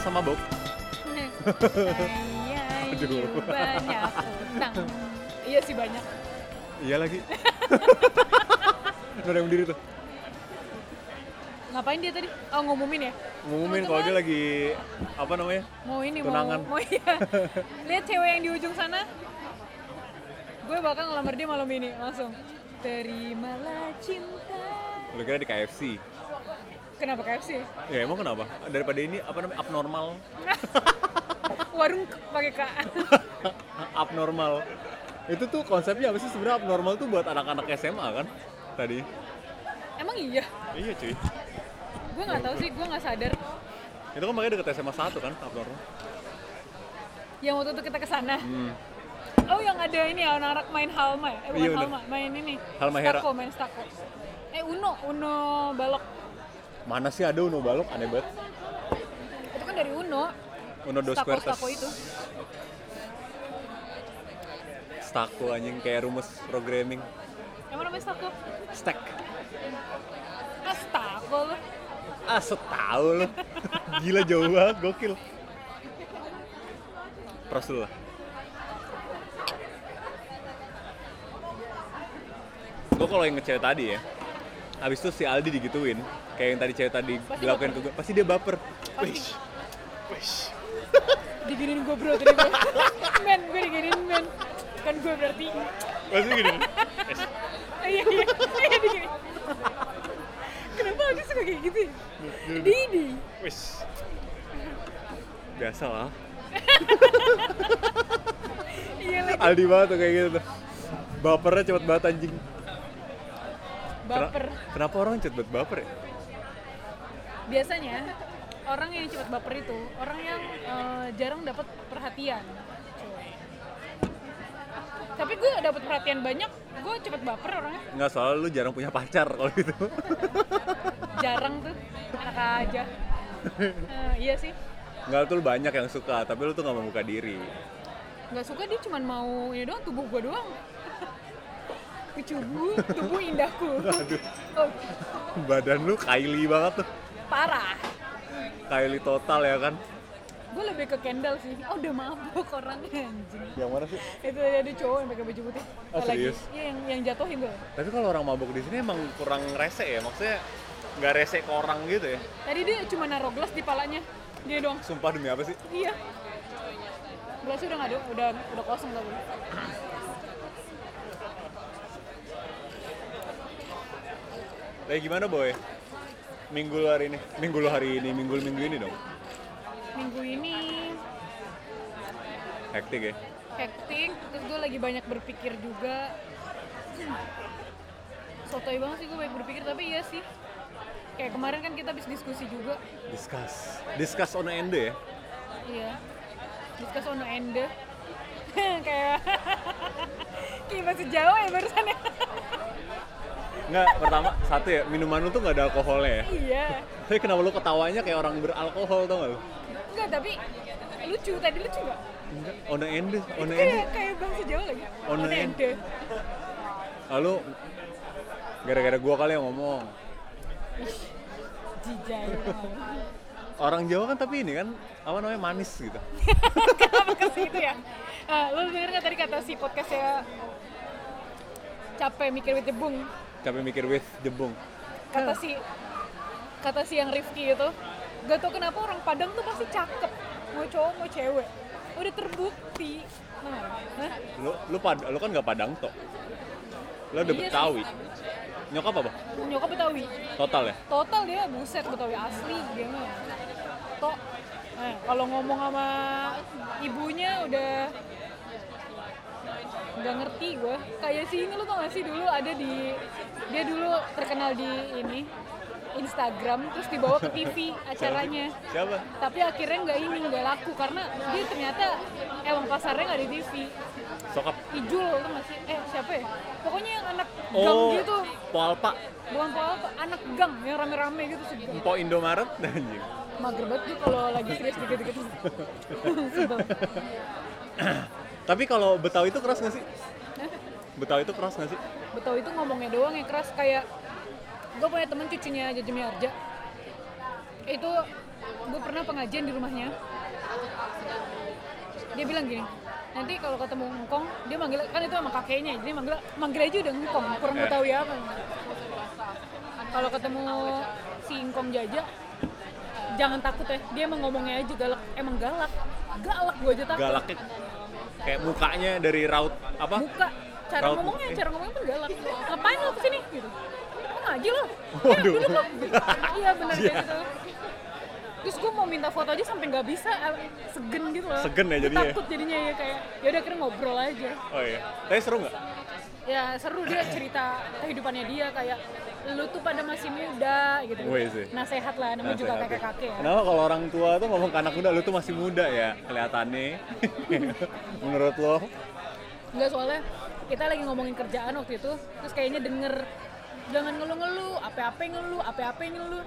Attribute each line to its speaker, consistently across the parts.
Speaker 1: sama Bob.
Speaker 2: Saya
Speaker 1: Aduh.
Speaker 2: ingin Iya, banyak utang. Iya sih banyak.
Speaker 1: Iya lagi. Ada yang berdiri tuh.
Speaker 2: Ngapain dia tadi? Oh ngumumin ya?
Speaker 1: Ngumumin kalau dia lagi apa namanya?
Speaker 2: Mau ini
Speaker 1: Tunangan.
Speaker 2: mau mau iya. Lihat cewek yang di ujung sana. Gue bakal ngelamar dia malam ini langsung. Terimalah cinta.
Speaker 1: Lu kira di KFC.
Speaker 2: Kenapa KFC?
Speaker 1: Ya emang kenapa? Daripada ini apa namanya? Abnormal.
Speaker 2: Warung k- pakai K.
Speaker 1: abnormal. Itu tuh konsepnya apa sih sebenarnya abnormal tuh buat anak-anak SMA kan? Tadi.
Speaker 2: Emang iya?
Speaker 1: Iya cuy.
Speaker 2: Gue nggak tahu sih, gue nggak sadar.
Speaker 1: Itu kan makanya deket SMA 1 kan abnormal.
Speaker 2: Yang waktu itu kita kesana.
Speaker 1: Hmm.
Speaker 2: Oh yang ada ini ya anak-anak main halma ya? Eh bukan
Speaker 1: Iya, bener.
Speaker 2: halma, main ini.
Speaker 1: Halma Hera.
Speaker 2: Stako, main stako. Eh Uno, Uno balok.
Speaker 1: Mana sih ada Uno Balok aneh banget.
Speaker 2: Itu kan dari Uno.
Speaker 1: Uno dos
Speaker 2: stako,
Speaker 1: Cuartas.
Speaker 2: stako itu.
Speaker 1: Stako anjing kayak rumus programming.
Speaker 2: Yang namanya stako?
Speaker 1: Stack.
Speaker 2: Ah stako lu.
Speaker 1: Ah setahu lo. Gila jauh banget gokil. Pros dulu lah. Gue kalau yang ngecewek tadi ya, abis itu si Aldi digituin, kayak yang tadi cewek tadi
Speaker 2: Pasti
Speaker 1: dilakuin ke gue, pasti dia baper.
Speaker 2: Pasti.
Speaker 1: Wish, wish.
Speaker 2: Diginin gue bro tadi gue. men, gue diginin men. Kan gue berarti.
Speaker 1: Pasti gini. Wish.
Speaker 2: Iya, iya, iya diginin. Kenapa aku suka kayak gitu ya?
Speaker 1: Iya.
Speaker 2: Didi.
Speaker 1: Wish. Biasa lah.
Speaker 2: Iya lagi.
Speaker 1: Aldi banget tuh kayak gitu tuh. Bapernya cepet banget anjing. Kena-
Speaker 2: Baper.
Speaker 1: Kenapa orang cepet banget baper ya?
Speaker 2: biasanya orang yang cepat baper itu orang yang eh, jarang dapat perhatian cuy. tapi gue dapat perhatian banyak gue cepat baper orangnya
Speaker 1: Nggak soalnya lu jarang punya pacar kalau gitu.
Speaker 2: jarang tuh enak aja Eh, iya sih
Speaker 1: Nggak tuh lu banyak yang suka, tapi lu tuh nggak membuka diri.
Speaker 2: nggak suka dia cuman mau ini doang tubuh gue doang Kucubu, tubuh indahku oh,
Speaker 1: Badan lu Kylie banget tuh.
Speaker 2: parah
Speaker 1: Kylie total ya kan.
Speaker 2: gue lebih ke Kendall sih oh udah mabok orangnya anjing
Speaker 1: Yang mana sih?
Speaker 2: itu ada cowok yang pakai baju putih
Speaker 1: Oh,
Speaker 2: Lagi-
Speaker 1: serius?
Speaker 2: iya yang yang jatuhin tuh
Speaker 1: Tapi kalau orang mabuk di sini emang kurang rese ya, maksudnya nggak rese ke orang gitu ya.
Speaker 2: Tadi dia cuma naruh gelas di palanya. Dia dong.
Speaker 1: Sumpah demi apa sih?
Speaker 2: Iya. Gelasnya udah nggak ada, udah udah kosong tapi.
Speaker 1: Lagi gimana boy? Minggu lu hari ini, minggu lu hari ini, minggu lu minggu ini dong.
Speaker 2: Minggu ini
Speaker 1: Hektik ya.
Speaker 2: hektik, terus gue lagi banyak berpikir juga. Sotoy banget sih gue banyak berpikir, tapi iya sih. Kayak kemarin kan kita habis diskusi juga.
Speaker 1: Discuss, discuss on ende ya.
Speaker 2: Iya. Diskus ono ende. kayak kayak bahasa Jawa ya barusan ya.
Speaker 1: Nggak, pertama satu ya minuman lu tuh nggak ada alkoholnya ya.
Speaker 2: iya.
Speaker 1: Tapi kenapa lu ketawanya kayak orang beralkohol tau gak lu?
Speaker 2: Enggak, tapi lucu tadi lucu nggak?
Speaker 1: Enggak, on ende, on ende.
Speaker 2: Kayak kayak bahasa Jawa lagi.
Speaker 1: Ono
Speaker 2: Ono
Speaker 1: ende. Lalu gara-gara gua kali yang ngomong.
Speaker 2: Jijai.
Speaker 1: Orang Jawa kan tapi ini kan apa namanya manis gitu.
Speaker 2: Kenapa ke situ ya? Eh, lo denger nggak tadi kata si podcastnya capek mikir with jebung
Speaker 1: Capek mikir with jebung.
Speaker 2: kata si kata si yang Rifki itu gak tau kenapa orang Padang tuh pasti cakep mau cowok mau cewek udah terbukti nah, nah
Speaker 1: Lu lu pad, lu kan nggak Padang tok. Lu udah
Speaker 2: Iya sih.
Speaker 1: Betawi. Nyokap apa?
Speaker 2: nyokap Betawi
Speaker 1: Total ya.
Speaker 2: total dia buset Betawi asli dia mah tok nah, kalau ngomong sama ibunya udah nggak ngerti gue kayak si ini lo tau gak sih dulu ada di dia dulu terkenal di ini Instagram terus dibawa ke TV acaranya
Speaker 1: Siapa?
Speaker 2: tapi akhirnya nggak ini nggak laku karena dia ternyata emang pasarnya nggak di TV
Speaker 1: Sokap.
Speaker 2: Ijul tuh gak sih? Eh siapa ya? Pokoknya yang anak gang
Speaker 1: Oh,
Speaker 2: gitu
Speaker 1: Palpa.
Speaker 2: Bukan pokoknya apa, anak gang yang rame-rame gitu sih
Speaker 1: Empo Indomaret anjing.
Speaker 2: mager banget gue kalau lagi serius dikit-dikit Sebel.
Speaker 1: Tapi kalau Betawi itu keras nggak sih? Betawi itu keras nggak sih?
Speaker 2: Betawi itu ngomongnya doang yang keras kayak gue punya temen cucunya Jaja Miharja itu gue pernah pengajian di rumahnya dia bilang gini nanti kalau ketemu ngkong dia manggil kan itu sama kakeknya jadi manggil manggil aja udah ngkong kurang mau
Speaker 1: Eh.
Speaker 2: tahu ya apa kalau ketemu si ngkong jaja jangan takut ya dia emang ngomongnya aja galak emang galak galak gue aja takut
Speaker 1: galaknya kayak mukanya dari raut apa
Speaker 2: muka cara
Speaker 1: Raut
Speaker 2: ngomongnya
Speaker 1: muka.
Speaker 2: cara ngomongnya pun galak ngapain lo kesini gitu "Lo ngaji lo eh,
Speaker 1: Waduh.
Speaker 2: duduk lo iya benar kayak gitu terus gue mau minta foto aja sampai nggak bisa eh, segen gitu loh
Speaker 1: Segen ya
Speaker 2: Gua
Speaker 1: jadinya ya?
Speaker 2: takut jadinya ya kayak ya udah akhirnya ngobrol aja
Speaker 1: oh iya tapi seru nggak
Speaker 2: ya seru dia cerita kehidupannya dia kayak lu tuh pada masih muda gitu
Speaker 1: Wih, sih.
Speaker 2: nasehat lah namanya juga
Speaker 1: Nasehatin.
Speaker 2: kakek kakek ya
Speaker 1: Kenapa kalau orang tua tuh ngomong ke anak muda, lu tuh masih muda ya kelihatannya. Menurut lo?
Speaker 2: Enggak soalnya kita lagi ngomongin kerjaan waktu itu, terus kayaknya denger jangan ngeluh-ngeluh, apa-apa ngeluh, apa-apa ngeluh.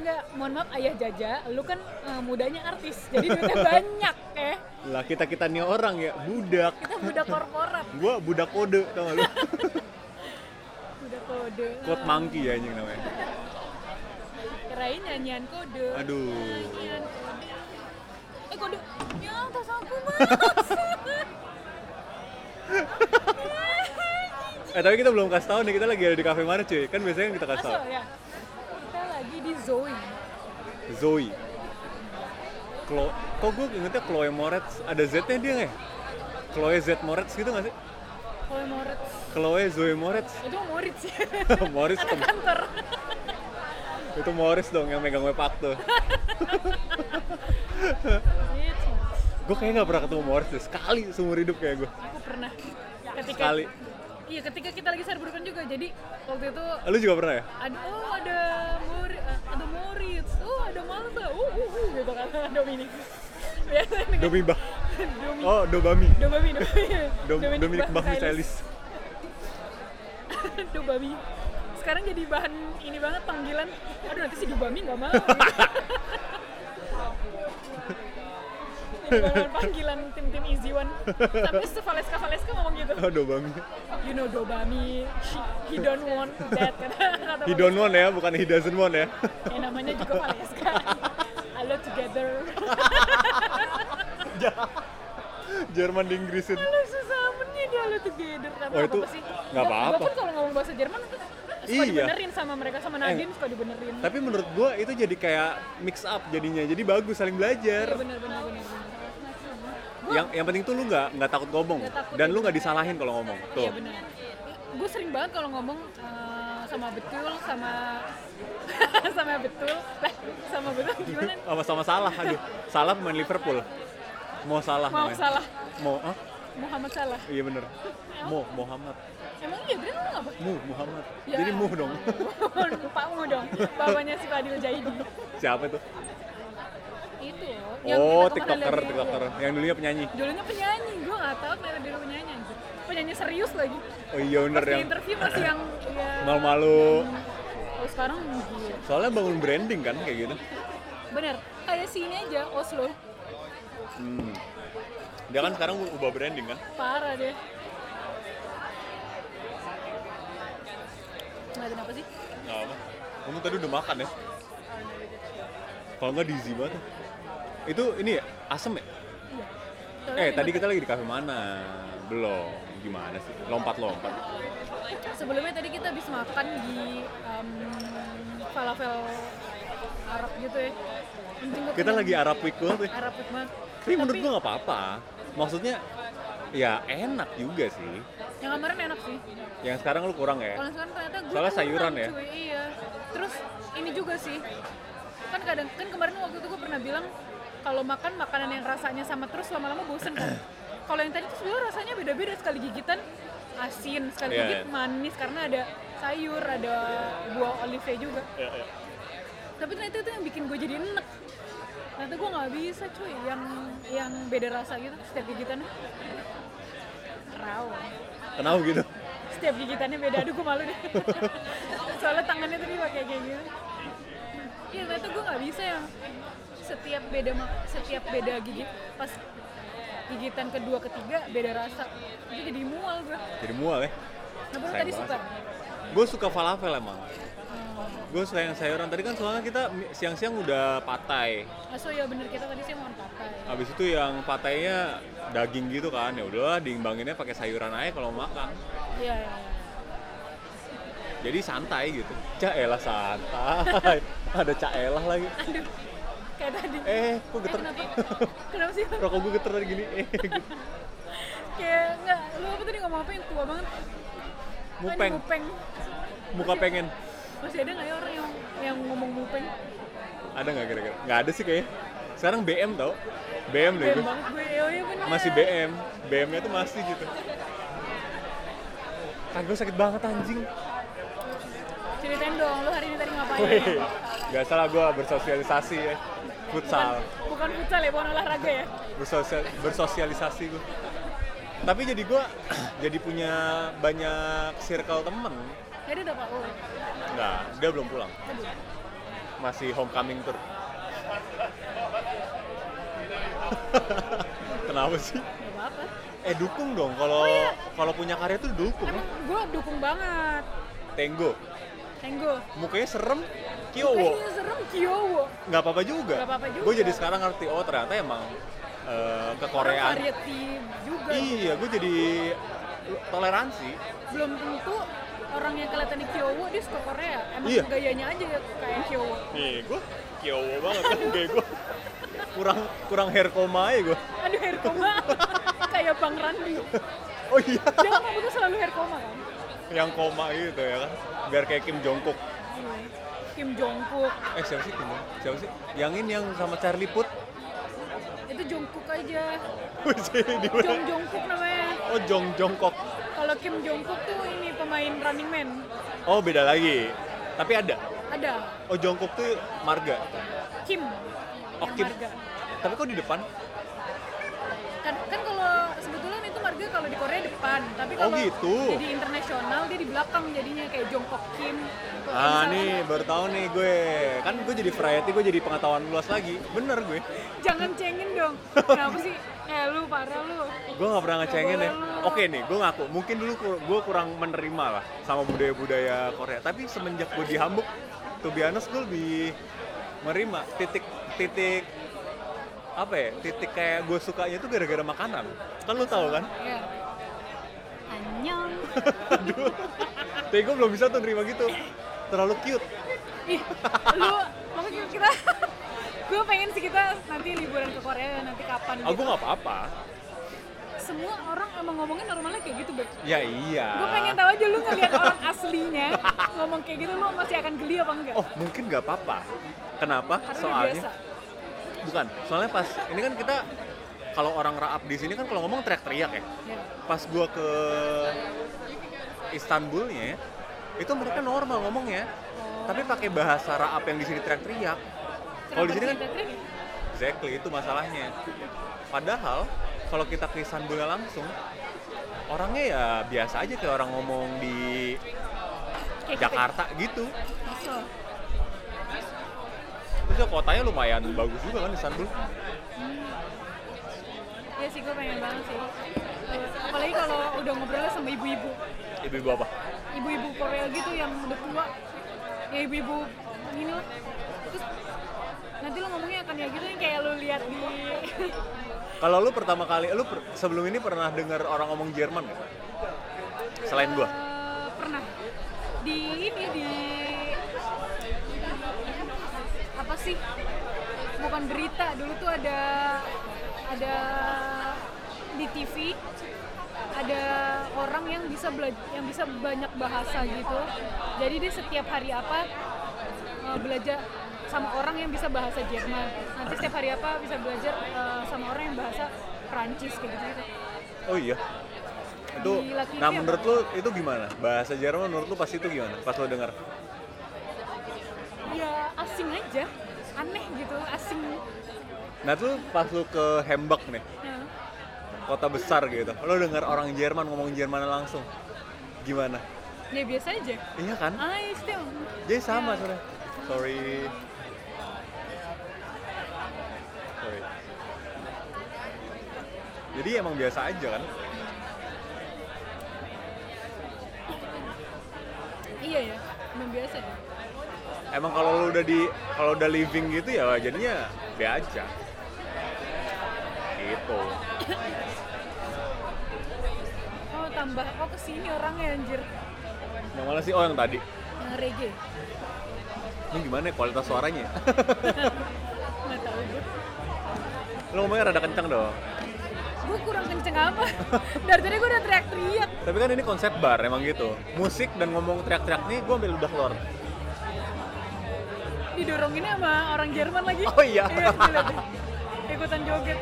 Speaker 2: Enggak, mohon maaf ayah Jaja, lu kan eh, mudanya artis, jadi duitnya banyak eh.
Speaker 1: Lah kita kita nih orang ya budak.
Speaker 2: Kita budak korporat,
Speaker 1: Gua budak kode tau gak lu?
Speaker 2: budak kode.
Speaker 1: Code monkey ya anjing namanya.
Speaker 2: Kirain nyanyian kode.
Speaker 1: Aduh.
Speaker 2: Nyanyian kode. Eh kode, ya tas aku mas.
Speaker 1: Eh tapi kita belum kasih tahu nih kita lagi ada di kafe mana cuy? Kan biasanya yang kita kasih tahu.
Speaker 2: Asal ya, kita lagi di Zoe.
Speaker 1: Zoe. Chloe. Kok gue ingetnya Chloe Moretz ada Z-nya dia nggak ya? Chloe Z Moretz gitu nggak sih?
Speaker 2: Kalau Moritz,
Speaker 1: Chloe Zoe Moretz.
Speaker 2: itu Moritz ya.
Speaker 1: Morris
Speaker 2: Anak
Speaker 1: tem-
Speaker 2: kantor.
Speaker 1: itu Morris dong yang megang wepak tuh.
Speaker 2: Gitu.
Speaker 1: Gue kayaknya nggak pernah ketemu Morris deh. Sekali seumur hidup kayak gue.
Speaker 2: Aku pernah. Ketika
Speaker 1: Sekali.
Speaker 2: Iya, ketika kita lagi sarburukan juga. Jadi waktu itu
Speaker 1: Lu juga pernah ya?
Speaker 2: ada oh ada Mori, eh, ada Moritz, oh ada Malta, uh uh, uh gitu kan Dominic. Biasa dengan
Speaker 1: Domiba.
Speaker 2: Domi.
Speaker 1: Oh, Dobami.
Speaker 2: Dobami, Dobami.
Speaker 1: Dom
Speaker 2: Dominic
Speaker 1: Dominic
Speaker 2: Bah-
Speaker 1: Bahmi Selis.
Speaker 2: Silis. Dobami. Sekarang jadi bahan ini banget panggilan. Aduh nanti si Dobami nggak mau. jadi bahan panggilan tim-tim Easy One. Tapi Valeska Valeska ngomong gitu.
Speaker 1: Oh, Dobami.
Speaker 2: you know Dobami, she, he don't want that kata kata
Speaker 1: He don't want ya, bukan he doesn't want ya.
Speaker 2: Ya, namanya juga Valeska. Hello together.
Speaker 1: Jerman di Inggrisin.
Speaker 2: Halo sesamanya dia hello ya, together. Tapi
Speaker 1: Oh, itu
Speaker 2: apa sih?
Speaker 1: nggak
Speaker 2: Gua-
Speaker 1: apa-apa.
Speaker 2: Gua pun kalau ngomong bahasa Jerman suka
Speaker 1: Iya. Eh,
Speaker 2: dibenerin sama mereka sama Nadine suka dibenerin. Iya,
Speaker 1: Tapi menurut gua itu jadi kayak mix up jadinya. Jadi bagus saling
Speaker 2: Iya
Speaker 1: belajar.
Speaker 2: bener bener bener. bener.
Speaker 1: Yang yang penting tuh lu nggak nggak takut ngomong
Speaker 2: Nggak takut. ya,
Speaker 1: dan lu nggak disalahin kalau ngomong. Tuh.
Speaker 2: Iya benar. Gue sering banget kalau ngomong eh, sama betul sama sama betul lah sama betul gimana? nih?
Speaker 1: Sama-sama salah. Aduh, salah pemain Liverpool. Mau salah
Speaker 2: Mau
Speaker 1: namanya.
Speaker 2: salah
Speaker 1: Mau, ah?
Speaker 2: Muhammad salah.
Speaker 1: Iya bener. Mo Muhammad.
Speaker 2: Emang iya bener lu apa?
Speaker 1: Mu Muhammad.
Speaker 2: Ya.
Speaker 1: Jadi mu dong.
Speaker 2: Pak Mu dong, bapaknya si Fadil Jaidi.
Speaker 1: Siapa itu?
Speaker 2: Itu.
Speaker 1: oh,
Speaker 2: kita kemarin
Speaker 1: TikToker,
Speaker 2: lihat dia.
Speaker 1: TikToker. Yang dulunya penyanyi.
Speaker 2: Dulunya penyanyi, gue gak tau ternyata dia penyanyi anjir. Penyanyi serius lagi.
Speaker 1: Oh iya bener
Speaker 2: Pas di
Speaker 1: yang
Speaker 2: interview masih yang ya,
Speaker 1: malu-malu.
Speaker 2: Oh, sekarang gila.
Speaker 1: Soalnya bangun branding kan kayak gitu.
Speaker 2: Bener, kayak si ini aja Oslo.
Speaker 1: Hmm. Dia kan sekarang ubah branding kan.
Speaker 2: Parah deh. Ngeliatin apa sih?
Speaker 1: Nggak apa. Kamu tadi udah makan ya? Kalau nggak dizzy banget. Itu ini ya, asem ya? Eh,
Speaker 2: Iya.
Speaker 1: tadi kita lagi di kafe mana? Belum. Gimana sih? Lompat-lompat.
Speaker 2: Sebelumnya tadi kita habis makan di em, falafel Arab gitu ya. Anjing, gua
Speaker 1: Kita
Speaker 2: kenyang.
Speaker 1: lagi Arab Week banget. ya.
Speaker 2: Arab food banget.
Speaker 1: Tapi menurut gua nggak apa-apa. Maksudnya, ya enak juga sih.
Speaker 2: yang kemarin enak sih.
Speaker 1: Yang sekarang lu kurang ya?
Speaker 2: Kalau sekarang ternyata gue
Speaker 1: Soalnya sayuran ya?
Speaker 2: Cuy, iya. Terus ini juga sih. Kan kadang kan kemarin waktu itu gue pernah bilang kalau makan makanan yang rasanya sama terus lama-lama bosen kan. kalau yang tadi tuh sebenarnya rasanya beda-beda sekali gigitan asin, sekali
Speaker 1: Iya,
Speaker 2: gigit
Speaker 1: iya.
Speaker 2: manis karena ada sayur, ada buah olive juga.
Speaker 1: Iya, iya.
Speaker 2: Tapi ternyata itu yang bikin gue jadi enek. Ternyata gue nggak bisa cuy yang yang beda rasa gitu setiap gigitannya. Rawan
Speaker 1: Kenapa gitu?
Speaker 2: setiap gigitannya beda aduh gue malu deh soalnya tangannya tadi pakai kayak gitu iya ternyata gue nggak bisa yang setiap beda mak- setiap beda gigi pas gigitan kedua ketiga beda rasa itu jadi mual gue
Speaker 1: Jadi mual ya?
Speaker 2: nah baru
Speaker 1: Sayang
Speaker 2: tadi
Speaker 1: banget
Speaker 2: suka
Speaker 1: Gue suka falafel emang.
Speaker 2: Hmm,
Speaker 1: gue sayang sayuran tadi kan soalnya kita mi- siang-siang udah patai
Speaker 2: Ah, so ya bener kita tadi sih mau pakai
Speaker 1: habis itu yang patainya daging gitu kan ya udahlah diimbanginnya pakai sayuran aja kalau mau makan
Speaker 2: Iya, iya, iya.
Speaker 1: jadi santai gitu caelah santai ada caelah lagi
Speaker 2: Aduh, kayak tadi.
Speaker 1: eh kok
Speaker 2: Eh,
Speaker 1: geter
Speaker 2: kenapa? kenapa sih?
Speaker 1: rokok gue geter tadi gini eh gitu.
Speaker 2: kayak enggak, lu apa tadi ngomong apa yang tua banget?
Speaker 1: Mupeng.
Speaker 2: Kan mupeng.
Speaker 1: muka pengen
Speaker 2: Masih ada nggak ya orang yang yang ngomong mupeng?
Speaker 1: ada nggak kira-kira nggak ada sih kayaknya sekarang BM tau BM deh
Speaker 2: BM
Speaker 1: gue
Speaker 2: banget gue, oh iya bener.
Speaker 1: masih BM BM-nya tuh masih gitu kan gue sakit banget anjing
Speaker 2: Ceritain dong, lu hari ini tadi ngapain?
Speaker 1: Weh, nggak salah gue bersosialisasi ya futsal
Speaker 2: Bukan futsal ya, bukan olahraga ya?
Speaker 1: bersosial bersosialisasi gue tapi jadi gue jadi punya banyak circle temen
Speaker 2: Jadi udah pak, oh.
Speaker 1: nggak dia belum pulang
Speaker 2: Aduh.
Speaker 1: masih homecoming tour kenapa sih
Speaker 2: Gak apa-apa.
Speaker 1: eh dukung dong
Speaker 2: Oh,
Speaker 1: kalau
Speaker 2: iya.
Speaker 1: kalau punya karya tuh dukung
Speaker 2: Emang gue dukung banget.
Speaker 1: Tenggo
Speaker 2: Tenggo.
Speaker 1: mukanya serem
Speaker 2: Kayaknya
Speaker 1: kiowo
Speaker 2: serem Kyowo.
Speaker 1: nggak apa-apa juga
Speaker 2: Nggak apa-apa juga.
Speaker 1: gue jadi sekarang ngerti oh ternyata emang eh, kekoreaan
Speaker 2: Variety juga.
Speaker 1: iya gue jadi toleransi
Speaker 2: Belum tentu orang yang kelihatan di Kyowo dia suka Korea. Emang
Speaker 1: Iya.
Speaker 2: gayanya aja ya kayak Kyowo.
Speaker 1: nih gue kiowo banget kan kayak gue kurang kurang hair koma aja gue
Speaker 2: Aduh hair koma. kayak Bang Randi.
Speaker 1: oh iya
Speaker 2: Dia kan rambutnya selalu hair koma kan.
Speaker 1: yang koma gitu ya kan biar kayak Kim Jongkook
Speaker 2: Anyway, Iya. Kim Jongkook.
Speaker 1: eh siapa sih Kim Jong- siapa sih yang ini yang sama Charlie Put
Speaker 2: Itu Jongkook aja.
Speaker 1: Di mana?
Speaker 2: Jong Jongkook namanya.
Speaker 1: oh Jong Jongkook
Speaker 2: Kalau Kim Jongkook tuh ini pemain Running Man.
Speaker 1: oh beda lagi tapi ada
Speaker 2: Ada
Speaker 1: oh Jongkook tuh marga
Speaker 2: Kim.
Speaker 1: oh
Speaker 2: yang
Speaker 1: Kim
Speaker 2: Marga.
Speaker 1: tapi kok di depan
Speaker 2: kan kan kalau sebetulnya itu marga kalau di Korea depan tapi
Speaker 1: Oh,
Speaker 2: kalau
Speaker 1: gitu.
Speaker 2: jadi internasional dia di belakang jadinya kayak Jongkok Kim Kalau
Speaker 1: Ah
Speaker 2: misalkan-
Speaker 1: nih baru tahu nih gue kan gue jadi variety gue jadi pengetahuan luas lagi bener gue
Speaker 2: jangan cengin dong kenapa sih eh lu parah lu
Speaker 1: gue nggak pernah ngecengin ya oke nih gue ngaku mungkin dulu kur- gue kurang menerima lah sama budaya budaya Korea tapi semenjak gue di Hamburg tuh honest gue lebih menerima titik titik apa ya titik kayak gue sukanya tuh gara-gara makanan kan lu tahu kan
Speaker 2: ya Annyeong
Speaker 1: tapi gue belum bisa tuh nerima gitu terlalu cute
Speaker 2: ih lu maksudnya kita gue pengen sih kita nanti liburan ke Korea nanti kapan
Speaker 1: aku
Speaker 2: gitu.
Speaker 1: Ah, nggak apa-apa
Speaker 2: semua orang emang ngomongin normalnya kayak gitu Beb
Speaker 1: ya iya
Speaker 2: gue pengen tahu aja lu ngeliat orang aslinya ngomong kayak gitu lu masih akan geli apa enggak
Speaker 1: oh mungkin nggak apa-apa kenapa
Speaker 2: karena udah
Speaker 1: soalnya
Speaker 2: biasa
Speaker 1: bukan soalnya pas ini kan kita kalau orang Raab di sini kan kalau ngomong teriak-teriak ya
Speaker 2: Ya.
Speaker 1: pas gua ke Istanbulnya itu mereka normal ngomongnya tapi pakai bahasa Arab yang di sini teriak-teriak kalau di sini kan exactly itu masalahnya padahal kalau kita ke Istanbulnya langsung orangnya ya biasa aja kayak orang ngomong di Jakarta gitu terus ya kotanya lumayan bagus juga kan Istanbul
Speaker 2: Ya sih gue pengen banget sih. Eh, Apalagi kalau udah ngobrolnya sama ibu-ibu,
Speaker 1: ibu-ibu apa
Speaker 2: ibu-ibu Korea gitu yang udah tua, ya ibu-ibu gini lah. Terus nanti lo ngomongnya akan ya gitu yang kayak lo lihat di
Speaker 1: kalau lu pertama kali lu per- sebelum ini pernah dengar orang ngomong Jerman nggak? selain gua
Speaker 2: Eh, pernah di ini di apa sih bukan berita dulu tuh ada ada di TV ada orang yang bisa bela- yang bisa banyak bahasa gitu jadi dia setiap hari apa eh, belajar sama orang yang bisa bahasa Jerman nanti setiap hari apa bisa belajar eh, sama orang yang bahasa Perancis kayak gitu,
Speaker 1: Oh iya. Itu
Speaker 2: Di Lucky
Speaker 1: nah
Speaker 2: Fee
Speaker 1: menurut lu itu gimana? Bahasa Jerman menurut lu pas itu gimana? Pas lu denger.
Speaker 2: ya asing aja aneh gitu asing
Speaker 1: Nah, tuh pas lu ke Hamburg nih,
Speaker 2: Nah,
Speaker 1: kota besar gitu. Lu denger orang Jerman ngomong Jerman langsung. Gimana?
Speaker 2: ya biasa aja
Speaker 1: Iya kan?
Speaker 2: ah still
Speaker 1: Jadi sama sebenarnya. Sorry. Sorry. Jadi emang biasa aja kan?
Speaker 2: iya ya Belum biasa ya?
Speaker 1: emang kalau lu udah di kalau udah living gitu ya jadinya be aja gitu
Speaker 2: Oh tambah, oh kesini orangnya anjir
Speaker 1: yang mana sih oh yang tadi
Speaker 2: Yang reggae
Speaker 1: ini gimana ya kualitas suaranya
Speaker 2: Nggak tahu gue
Speaker 1: lu ngomongnya rada kencang dong
Speaker 2: Gue kurang kenceng apa Dari tadi gue udah teriak-teriak
Speaker 1: tapi kan ini konsep bar emang gitu musik dan ngomong teriak-teriak nih gue ambil udah keluar
Speaker 2: Didorongin sama orang Jerman lagi
Speaker 1: Oh iya.
Speaker 2: Iya gila deh. Ikutan joget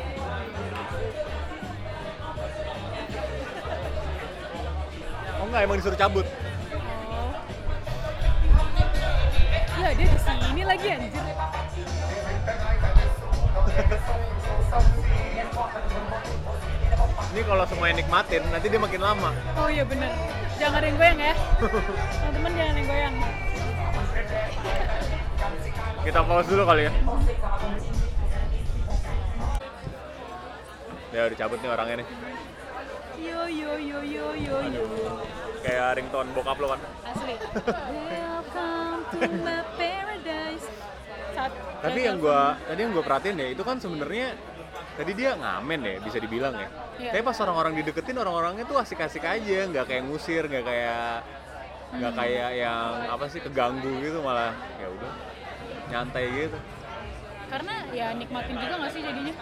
Speaker 1: oh enggak emang disuruh cabut
Speaker 2: Oh Ya dia di sini lagi anjir
Speaker 1: ini kalau semuanya nikmatin nanti dia makin lama
Speaker 2: Oh iya bener Jangan ada yang goyang ya Teman-teman jangan ada yang goyang
Speaker 1: kita pause dulu kali ya ya udah cabut nih orangnya nih
Speaker 2: Yo yo yo yo yo yo
Speaker 1: kayak ringtone bokap lo kan
Speaker 2: Asli. Welcome to my paradise. Saat-
Speaker 1: tapi yang gua tadi yang gua perhatiin ya itu kan sebenarnya tadi dia ngamen ya bisa dibilang ya
Speaker 2: Iya.
Speaker 1: tapi pas orang-orang dideketin orang-orangnya tuh asik-asik aja nggak kayak ngusir nggak kayak nggak kayak yang apa sih keganggu gitu malah ya udah nyantai gitu
Speaker 2: Karena ya nikmatin juga nggak sih jadinya.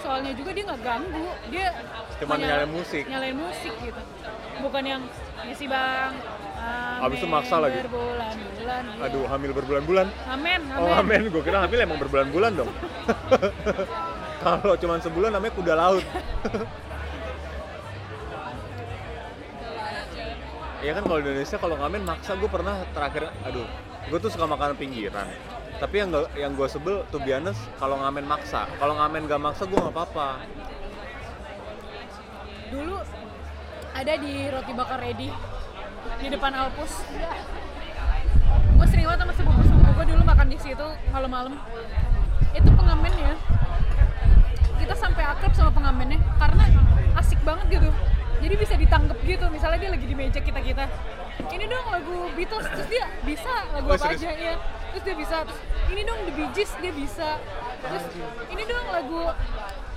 Speaker 2: Soalnya juga dia nggak ganggu. Dia
Speaker 1: Cuma
Speaker 2: menyala-
Speaker 1: nyalain musik.
Speaker 2: Nyalain musik gitu. Bukan yang ya sih bang. Amin,
Speaker 1: Abis itu maksa lagi.
Speaker 2: Berbulan-bulan. iya.
Speaker 1: aduh hamil berbulan-bulan
Speaker 2: Amin,
Speaker 1: oh
Speaker 2: amin.
Speaker 1: amin gua kira hamil emang berbulan-bulan dong kalau cuma sebulan namanya kuda laut Iya kan kalau di Indonesia kalau ngamen maksa gue pernah terakhir aduh gue tuh suka makanan pinggiran tapi yang nggak- yang gue sebel tuh bianes kalau ngamen maksa kalau ngamen gak maksa gue nggak apa-apa
Speaker 2: Dulu ada di roti bakar ready di depan Alpus. Gue sering banget sama sepupu-sepupu gue dulu makan di situ malam-malam. Itu pengamennya. Kita sampai akrab sama pengamennya karena asik banget gitu. Jadi bisa ditangkep gitu. Misalnya dia lagi di meja kita kita. Ini dong lagu Beatles terus dia bisa lagu
Speaker 1: Oh,
Speaker 2: apa
Speaker 1: serius?
Speaker 2: aja ya. Terus dia bisa. Terus ini dong The Bee Gees dia bisa. Terus ini dong lagu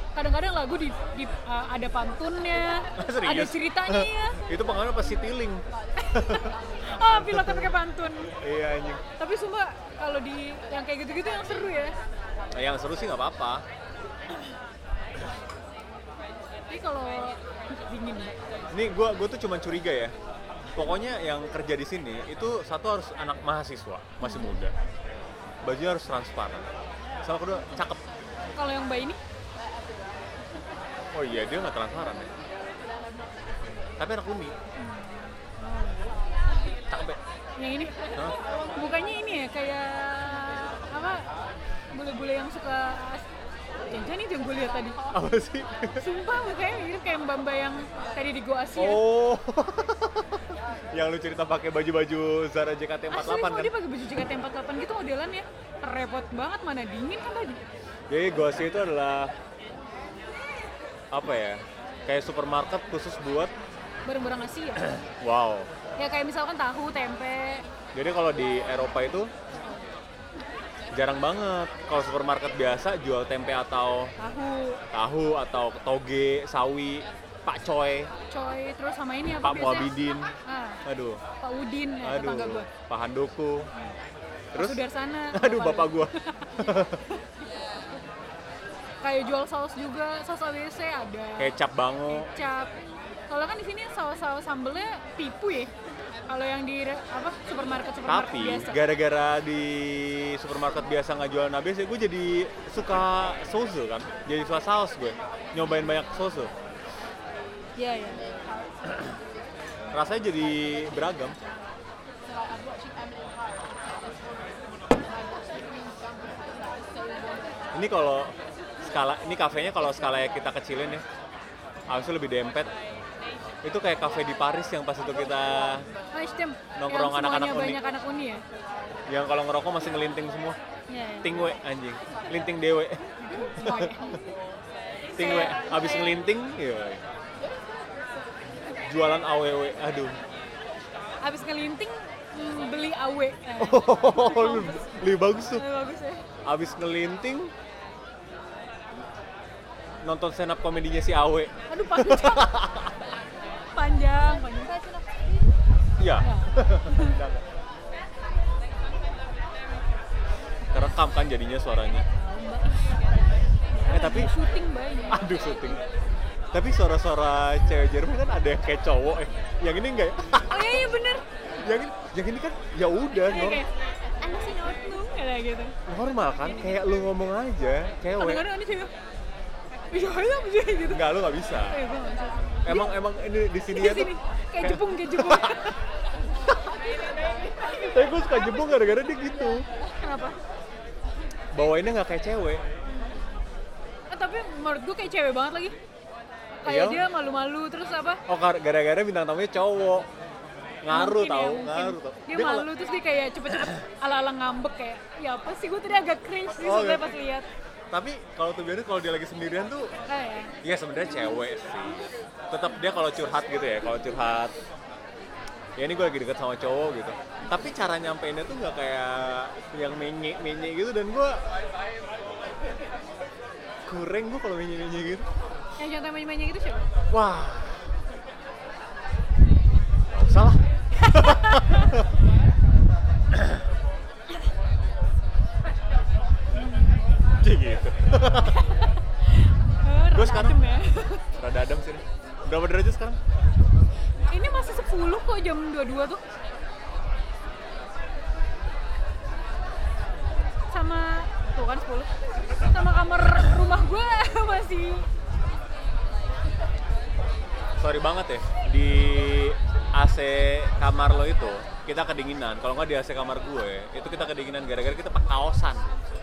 Speaker 2: kadang-kadang lagu di, di- uh, ada pantunnya,
Speaker 1: Serius?
Speaker 2: ada ceritanya ya.
Speaker 1: itu pengamen pasti tiling
Speaker 2: Oh, pilotnya pakai pantun.
Speaker 1: iya anjing
Speaker 2: Tapi sumpah kalau di yang kayak gitu-gitu yang seru ya.
Speaker 1: Nah, yang seru sih nggak apa-apa
Speaker 2: Tapi kalau dingin ya.
Speaker 1: Ini gua gua tuh cuma curiga ya. Pokoknya yang kerja di sini itu satu harus anak mahasiswa, masih muda. Bajunya harus transparan. Sama kedua cakep.
Speaker 2: Kalau yang mbak ini
Speaker 1: Oh iya, dia nggak transparan ya. Tapi anak Umi. Cakep ya?
Speaker 2: yang ini
Speaker 1: Hah?
Speaker 2: mukanya ini ya kayak apa bule-bule yang suka jangan itu yang gue lihat tadi
Speaker 1: Apa sih?
Speaker 2: sumpah mukanya mirip kayak mbak mbak yang tadi di Goa Asia
Speaker 1: Oh. yang lu cerita pakai baju-baju Zara JKT48
Speaker 2: asli
Speaker 1: kan?
Speaker 2: kalau dia pakai baju jaket 48 gitu modelannya repot banget mana dingin kan tadi
Speaker 1: Jadi Gosi itu adalah apa ya? Kayak supermarket khusus buat
Speaker 2: barang-barang Asia
Speaker 1: wow.
Speaker 2: ya kayak misalkan tahu tempe
Speaker 1: Jadi kalau di Eropa itu jarang banget kalau supermarket biasa jual tempe atau
Speaker 2: tahu
Speaker 1: tahu atau toge, sawi, pak coy,
Speaker 2: coy terus sama ini apa
Speaker 1: pak
Speaker 2: biasanya?
Speaker 1: muabidin.
Speaker 2: ah,
Speaker 1: Aduh,
Speaker 2: Pak Udin ya,
Speaker 1: aduh,
Speaker 2: tetangga gue
Speaker 1: pak handoko. Terus
Speaker 2: Sudarsana
Speaker 1: aduh bapak gua.
Speaker 2: kayak jual saus juga saus ABC ada
Speaker 1: Kecap bango.
Speaker 2: kecap kalau kan di sini saus-saus sambelnya tipu ya kalau yang di re- apa supermarket supermarket
Speaker 1: Tapi
Speaker 2: biasa
Speaker 1: gara-gara di supermarket biasa nggak jualan ABC, gue jadi suka sozo kan. Jadi suka saus gue. Nyobain banyak sozo.
Speaker 2: iya iya
Speaker 1: Rasanya jadi beragam. Ini kalau skala ini kafenya kalau skala kita kecilin ya. Harusnya lebih dempet. Itu kayak kafe di Paris yang pas itu kita
Speaker 2: oh Istem,
Speaker 1: Nongkrong
Speaker 2: yang
Speaker 1: anak-anak
Speaker 2: semuanya
Speaker 1: uni.
Speaker 2: banyak anak uni ya
Speaker 1: yang kalau ngerokok masih ngelinting semua.
Speaker 2: iya iya
Speaker 1: Tingwe anjing. Linting dewe.
Speaker 2: Boy.
Speaker 1: Tingwe habis ngelinting yoi. Jualan AWW. Aduh.
Speaker 2: abis ngelinting mm, beli awe nah,
Speaker 1: Oh, lebih bagus tuh.
Speaker 2: Nah, bagus ya
Speaker 1: Abis ngelinting, nonton stand up komedinya si Awe.
Speaker 2: aduh panjang panjang panjang
Speaker 1: Iya.
Speaker 2: Ya.
Speaker 1: Kerekam kan jadinya suaranya. Eh tapi, Ah.
Speaker 2: syuting banyak
Speaker 1: aduh syuting. Tapi suara-suara cewek Jerman kan ada yang kayak cowok eh. Yang ini enggak ya?
Speaker 2: oh iya iya bener
Speaker 1: yang ini, yang ini kan ya udah
Speaker 2: iya
Speaker 1: nor-
Speaker 2: kayak anak sih nyotum kayak gitu
Speaker 1: normal kan kayak lu ngomong aja cewek.
Speaker 2: kadang-kadang gitu. ini kayak iya iya iya gitu
Speaker 1: Enggak lu nggak bisa.
Speaker 2: Eh, gua nggak bisa.
Speaker 1: Emang emang ini di sini
Speaker 2: di
Speaker 1: ya tuh.
Speaker 2: sini kayak jepung kayak jepung
Speaker 1: Tapi gue suka jebong gara-gara dia gitu.
Speaker 2: kenapa
Speaker 1: Bawainnya nggak kayak cewek.
Speaker 2: Eh, tapi menurut gue kayak cewek banget lagi kayak
Speaker 1: Iya.
Speaker 2: dia malu-malu terus apa
Speaker 1: Oh kar- gara-gara bintang tamunya cowok. Ngaruh
Speaker 2: Mungkin ya,
Speaker 1: tahu,
Speaker 2: mungkin.
Speaker 1: ngaruh tahu.
Speaker 2: Dia,
Speaker 1: kalau-
Speaker 2: malu terus dia kayak cepet-cepet ala-ala ngambek kayak, ya apa sih gue tadi agak cringe sih
Speaker 1: Oh,
Speaker 2: sebenarnya
Speaker 1: gitu.
Speaker 2: pas lihat.
Speaker 1: tapi kalau tuh biasanya kalau dia lagi sendirian tuh
Speaker 2: Nah, ya.
Speaker 1: ya sebenarnya cewek sih. Tetap dia kalau curhat gitu ya, kalau curhat ya ini gue lagi deket sama cowok gitu tapi cara nyampeinnya tuh nggak kayak yang menye menye gitu dan gue kurang gue kalau menye menye gitu
Speaker 2: Yang contoh main-mainnya gitu siapa?
Speaker 1: Wah. Nggak usah lah. Jadi gitu.
Speaker 2: Eh,
Speaker 1: Gua
Speaker 2: Rara
Speaker 1: sekarang-
Speaker 2: Adem ya.
Speaker 1: Rada adem sih. Berapa derajat sekarang?
Speaker 2: Ini masih 10 kok jam 22 tuh. Sama tuh kan 10. Sama kamar rumah gue masih
Speaker 1: Sorry banget ya. Di AC kamar lo itu kita kedinginan. Kalau nggak di AC kamar gue, itu kita kedinginan gara-gara kita pakai kaosan.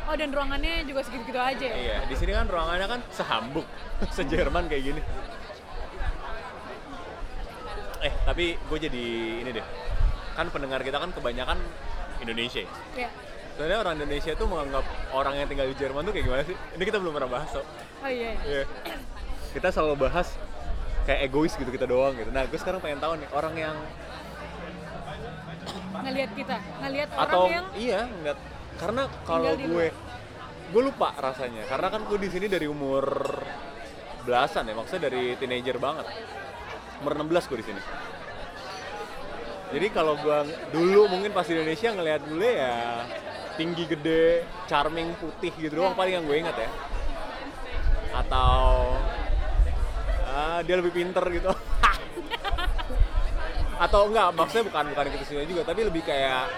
Speaker 2: Oh dan ruangannya juga segitu-gitu aja ya.
Speaker 1: Iya, di sini kan ruangannya kan sehambuk, sejerman kayak gini. Eh, tapi gue jadi ini deh. Kan pendengar kita kan kebanyakan Indonesia. ya.
Speaker 2: Iya.
Speaker 1: Sebenarnya orang Indonesia tuh menganggap orang yang tinggal di Jerman tuh kayak gimana sih? Ini kita belum pernah bahas so.
Speaker 2: Oh iya. iya.
Speaker 1: Iya. Kita selalu bahas kayak egois gitu kita doang gitu. Nah, gue sekarang pengen tahu nih orang yang
Speaker 2: Ngelihat kita, ngelihat
Speaker 1: atau
Speaker 2: orang yang
Speaker 1: iya ngeliat karena kalau
Speaker 2: Tinggal di
Speaker 1: gue gue lupa rasanya karena kan gue di sini dari umur belasan ya maksudnya dari teenager banget umur 16 gue di sini jadi kalau gue dulu mungkin pas di Indonesia ngelihat gue ya tinggi gede charming putih gitu
Speaker 2: Iya.
Speaker 1: doang paling yang gue inget ya atau ah, dia lebih pinter gitu atau enggak maksudnya bukan bukan yang itu juga tapi lebih kayak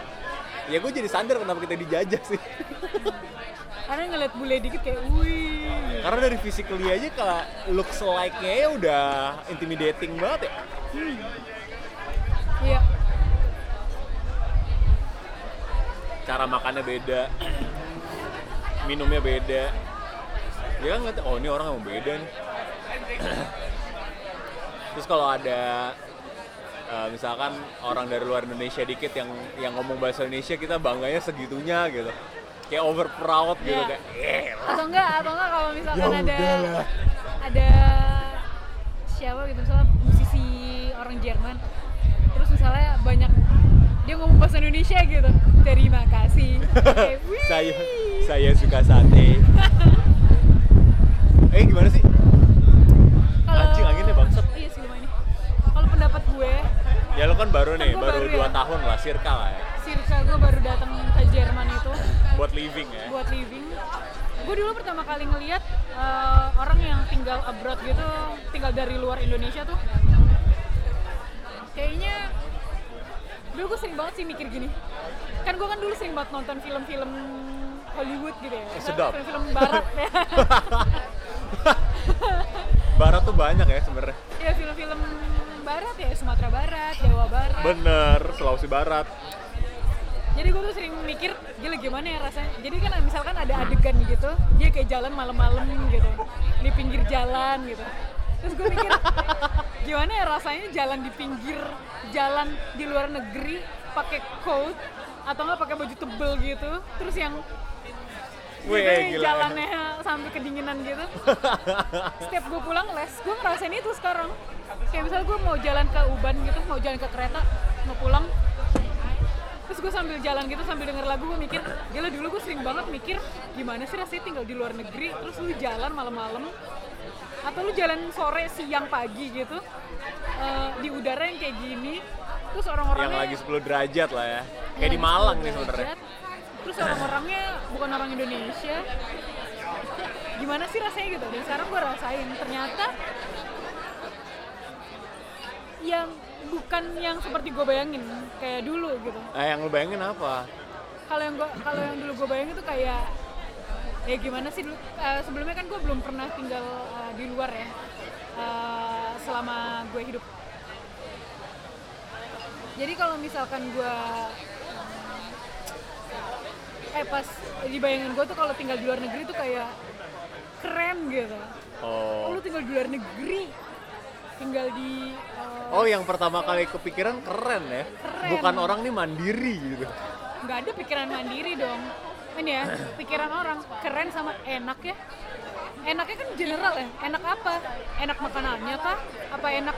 Speaker 1: ya gue jadi sadar kenapa kita dijajah sih
Speaker 2: karena ngeliat bule dikit kayak wih
Speaker 1: karena dari physically aja kalau looks like-nya ya udah intimidating banget ya
Speaker 2: Iya.
Speaker 1: cara makannya beda minumnya beda dia kan ngeliat oh ini orang emang beda nih terus kalau ada eh, misalkan orang dari luar Indonesia dikit yang yang ngomong bahasa Indonesia kita bangganya segitunya gitu kayak over proud gitu
Speaker 2: Iya.
Speaker 1: kayak "Eh,
Speaker 2: Atau enggak, atau enggak kalau misalkan
Speaker 1: Ya
Speaker 2: ada
Speaker 1: udahlah.
Speaker 2: ada siapa gitu misalnya musisi orang Jerman terus misalnya banyak dia ngomong bahasa Indonesia gitu terima kasih Kayak, wih
Speaker 1: saya saya suka sate eh gimana sih
Speaker 2: Kalau-
Speaker 1: anjing, anginnya bangsat.
Speaker 2: iya sih lumayan kalau pendapat gue
Speaker 1: ya lo kan baru nih
Speaker 2: Kan gua
Speaker 1: baru
Speaker 2: baru
Speaker 1: dua
Speaker 2: ya.
Speaker 1: tahun lah circa lah ya.
Speaker 2: circa gue baru datang ke Jerman itu
Speaker 1: buat living ya
Speaker 2: buat living gue dulu pertama kali ngeliat eh, orang yang tinggal abroad gitu tinggal dari luar Indonesia tuh kayaknya dulu gue sering banget sih mikir gini kan gue kan dulu sering banget nonton film-film Hollywood gitu ya
Speaker 1: Eh, sedap.
Speaker 2: film-film barat ya
Speaker 1: barat tuh banyak ya sebenarnya
Speaker 2: ya film-film barat ya Sumatera Barat Jawa Barat
Speaker 1: bener Sulawesi Barat
Speaker 2: jadi gue tuh sering mikir gila gimana ya rasanya jadi kan misalkan ada adegan gitu dia kayak jalan malam-malam gitu di pinggir jalan gitu terus gue mikir gimana ya rasanya jalan di pinggir jalan di luar negeri pakai coat atau nggak pakai baju tebel gitu terus yang
Speaker 1: Wih,
Speaker 2: gitu yang
Speaker 1: gila.
Speaker 2: jalannya sampai kedinginan gitu setiap gue pulang les gue ngerasain itu sekarang kayak misalnya gue mau jalan ke Uban gitu mau jalan ke kereta mau pulang terus gue sambil jalan gitu sambil denger lagu gue mikir gila dulu gue sering banget mikir gimana sih rasanya tinggal di luar negeri terus lu jalan malam-malam atau lu jalan sore siang pagi gitu eh, di udara yang kayak gini terus
Speaker 1: yang
Speaker 2: orang-orangnya
Speaker 1: lagi 10 derajat lah ya kayak di
Speaker 2: yang
Speaker 1: Malang nih
Speaker 2: derajat,
Speaker 1: sebenarnya
Speaker 2: Iya. terus orang-orangnya bukan orang Indonesia gimana sih rasanya gitu dan sekarang gue rasain ternyata yang bukan yang seperti gue bayangin kayak dulu gitu
Speaker 1: nah, yang lu bayangin apa
Speaker 2: kalau yang gua kalau yang dulu gue bayangin tuh kayak ya gimana sih dulu eh, sebelumnya kan gue belum pernah tinggal eh, di luar ya eh, selama gue hidup jadi kalau misalkan gue eh pas di bayangan gue tuh kalau tinggal di luar negeri tuh kayak keren gitu oh,
Speaker 1: oh
Speaker 2: lu tinggal di luar negeri tinggal di eh,
Speaker 1: oh yang pertama kali kepikiran keren ya
Speaker 2: Keren.
Speaker 1: bukan orang nih mandiri gitu
Speaker 2: nggak ada pikiran mandiri dong ini ya pikiran orang keren sama enak ya enaknya kan general ya enak apa enak makanannya kah apa enak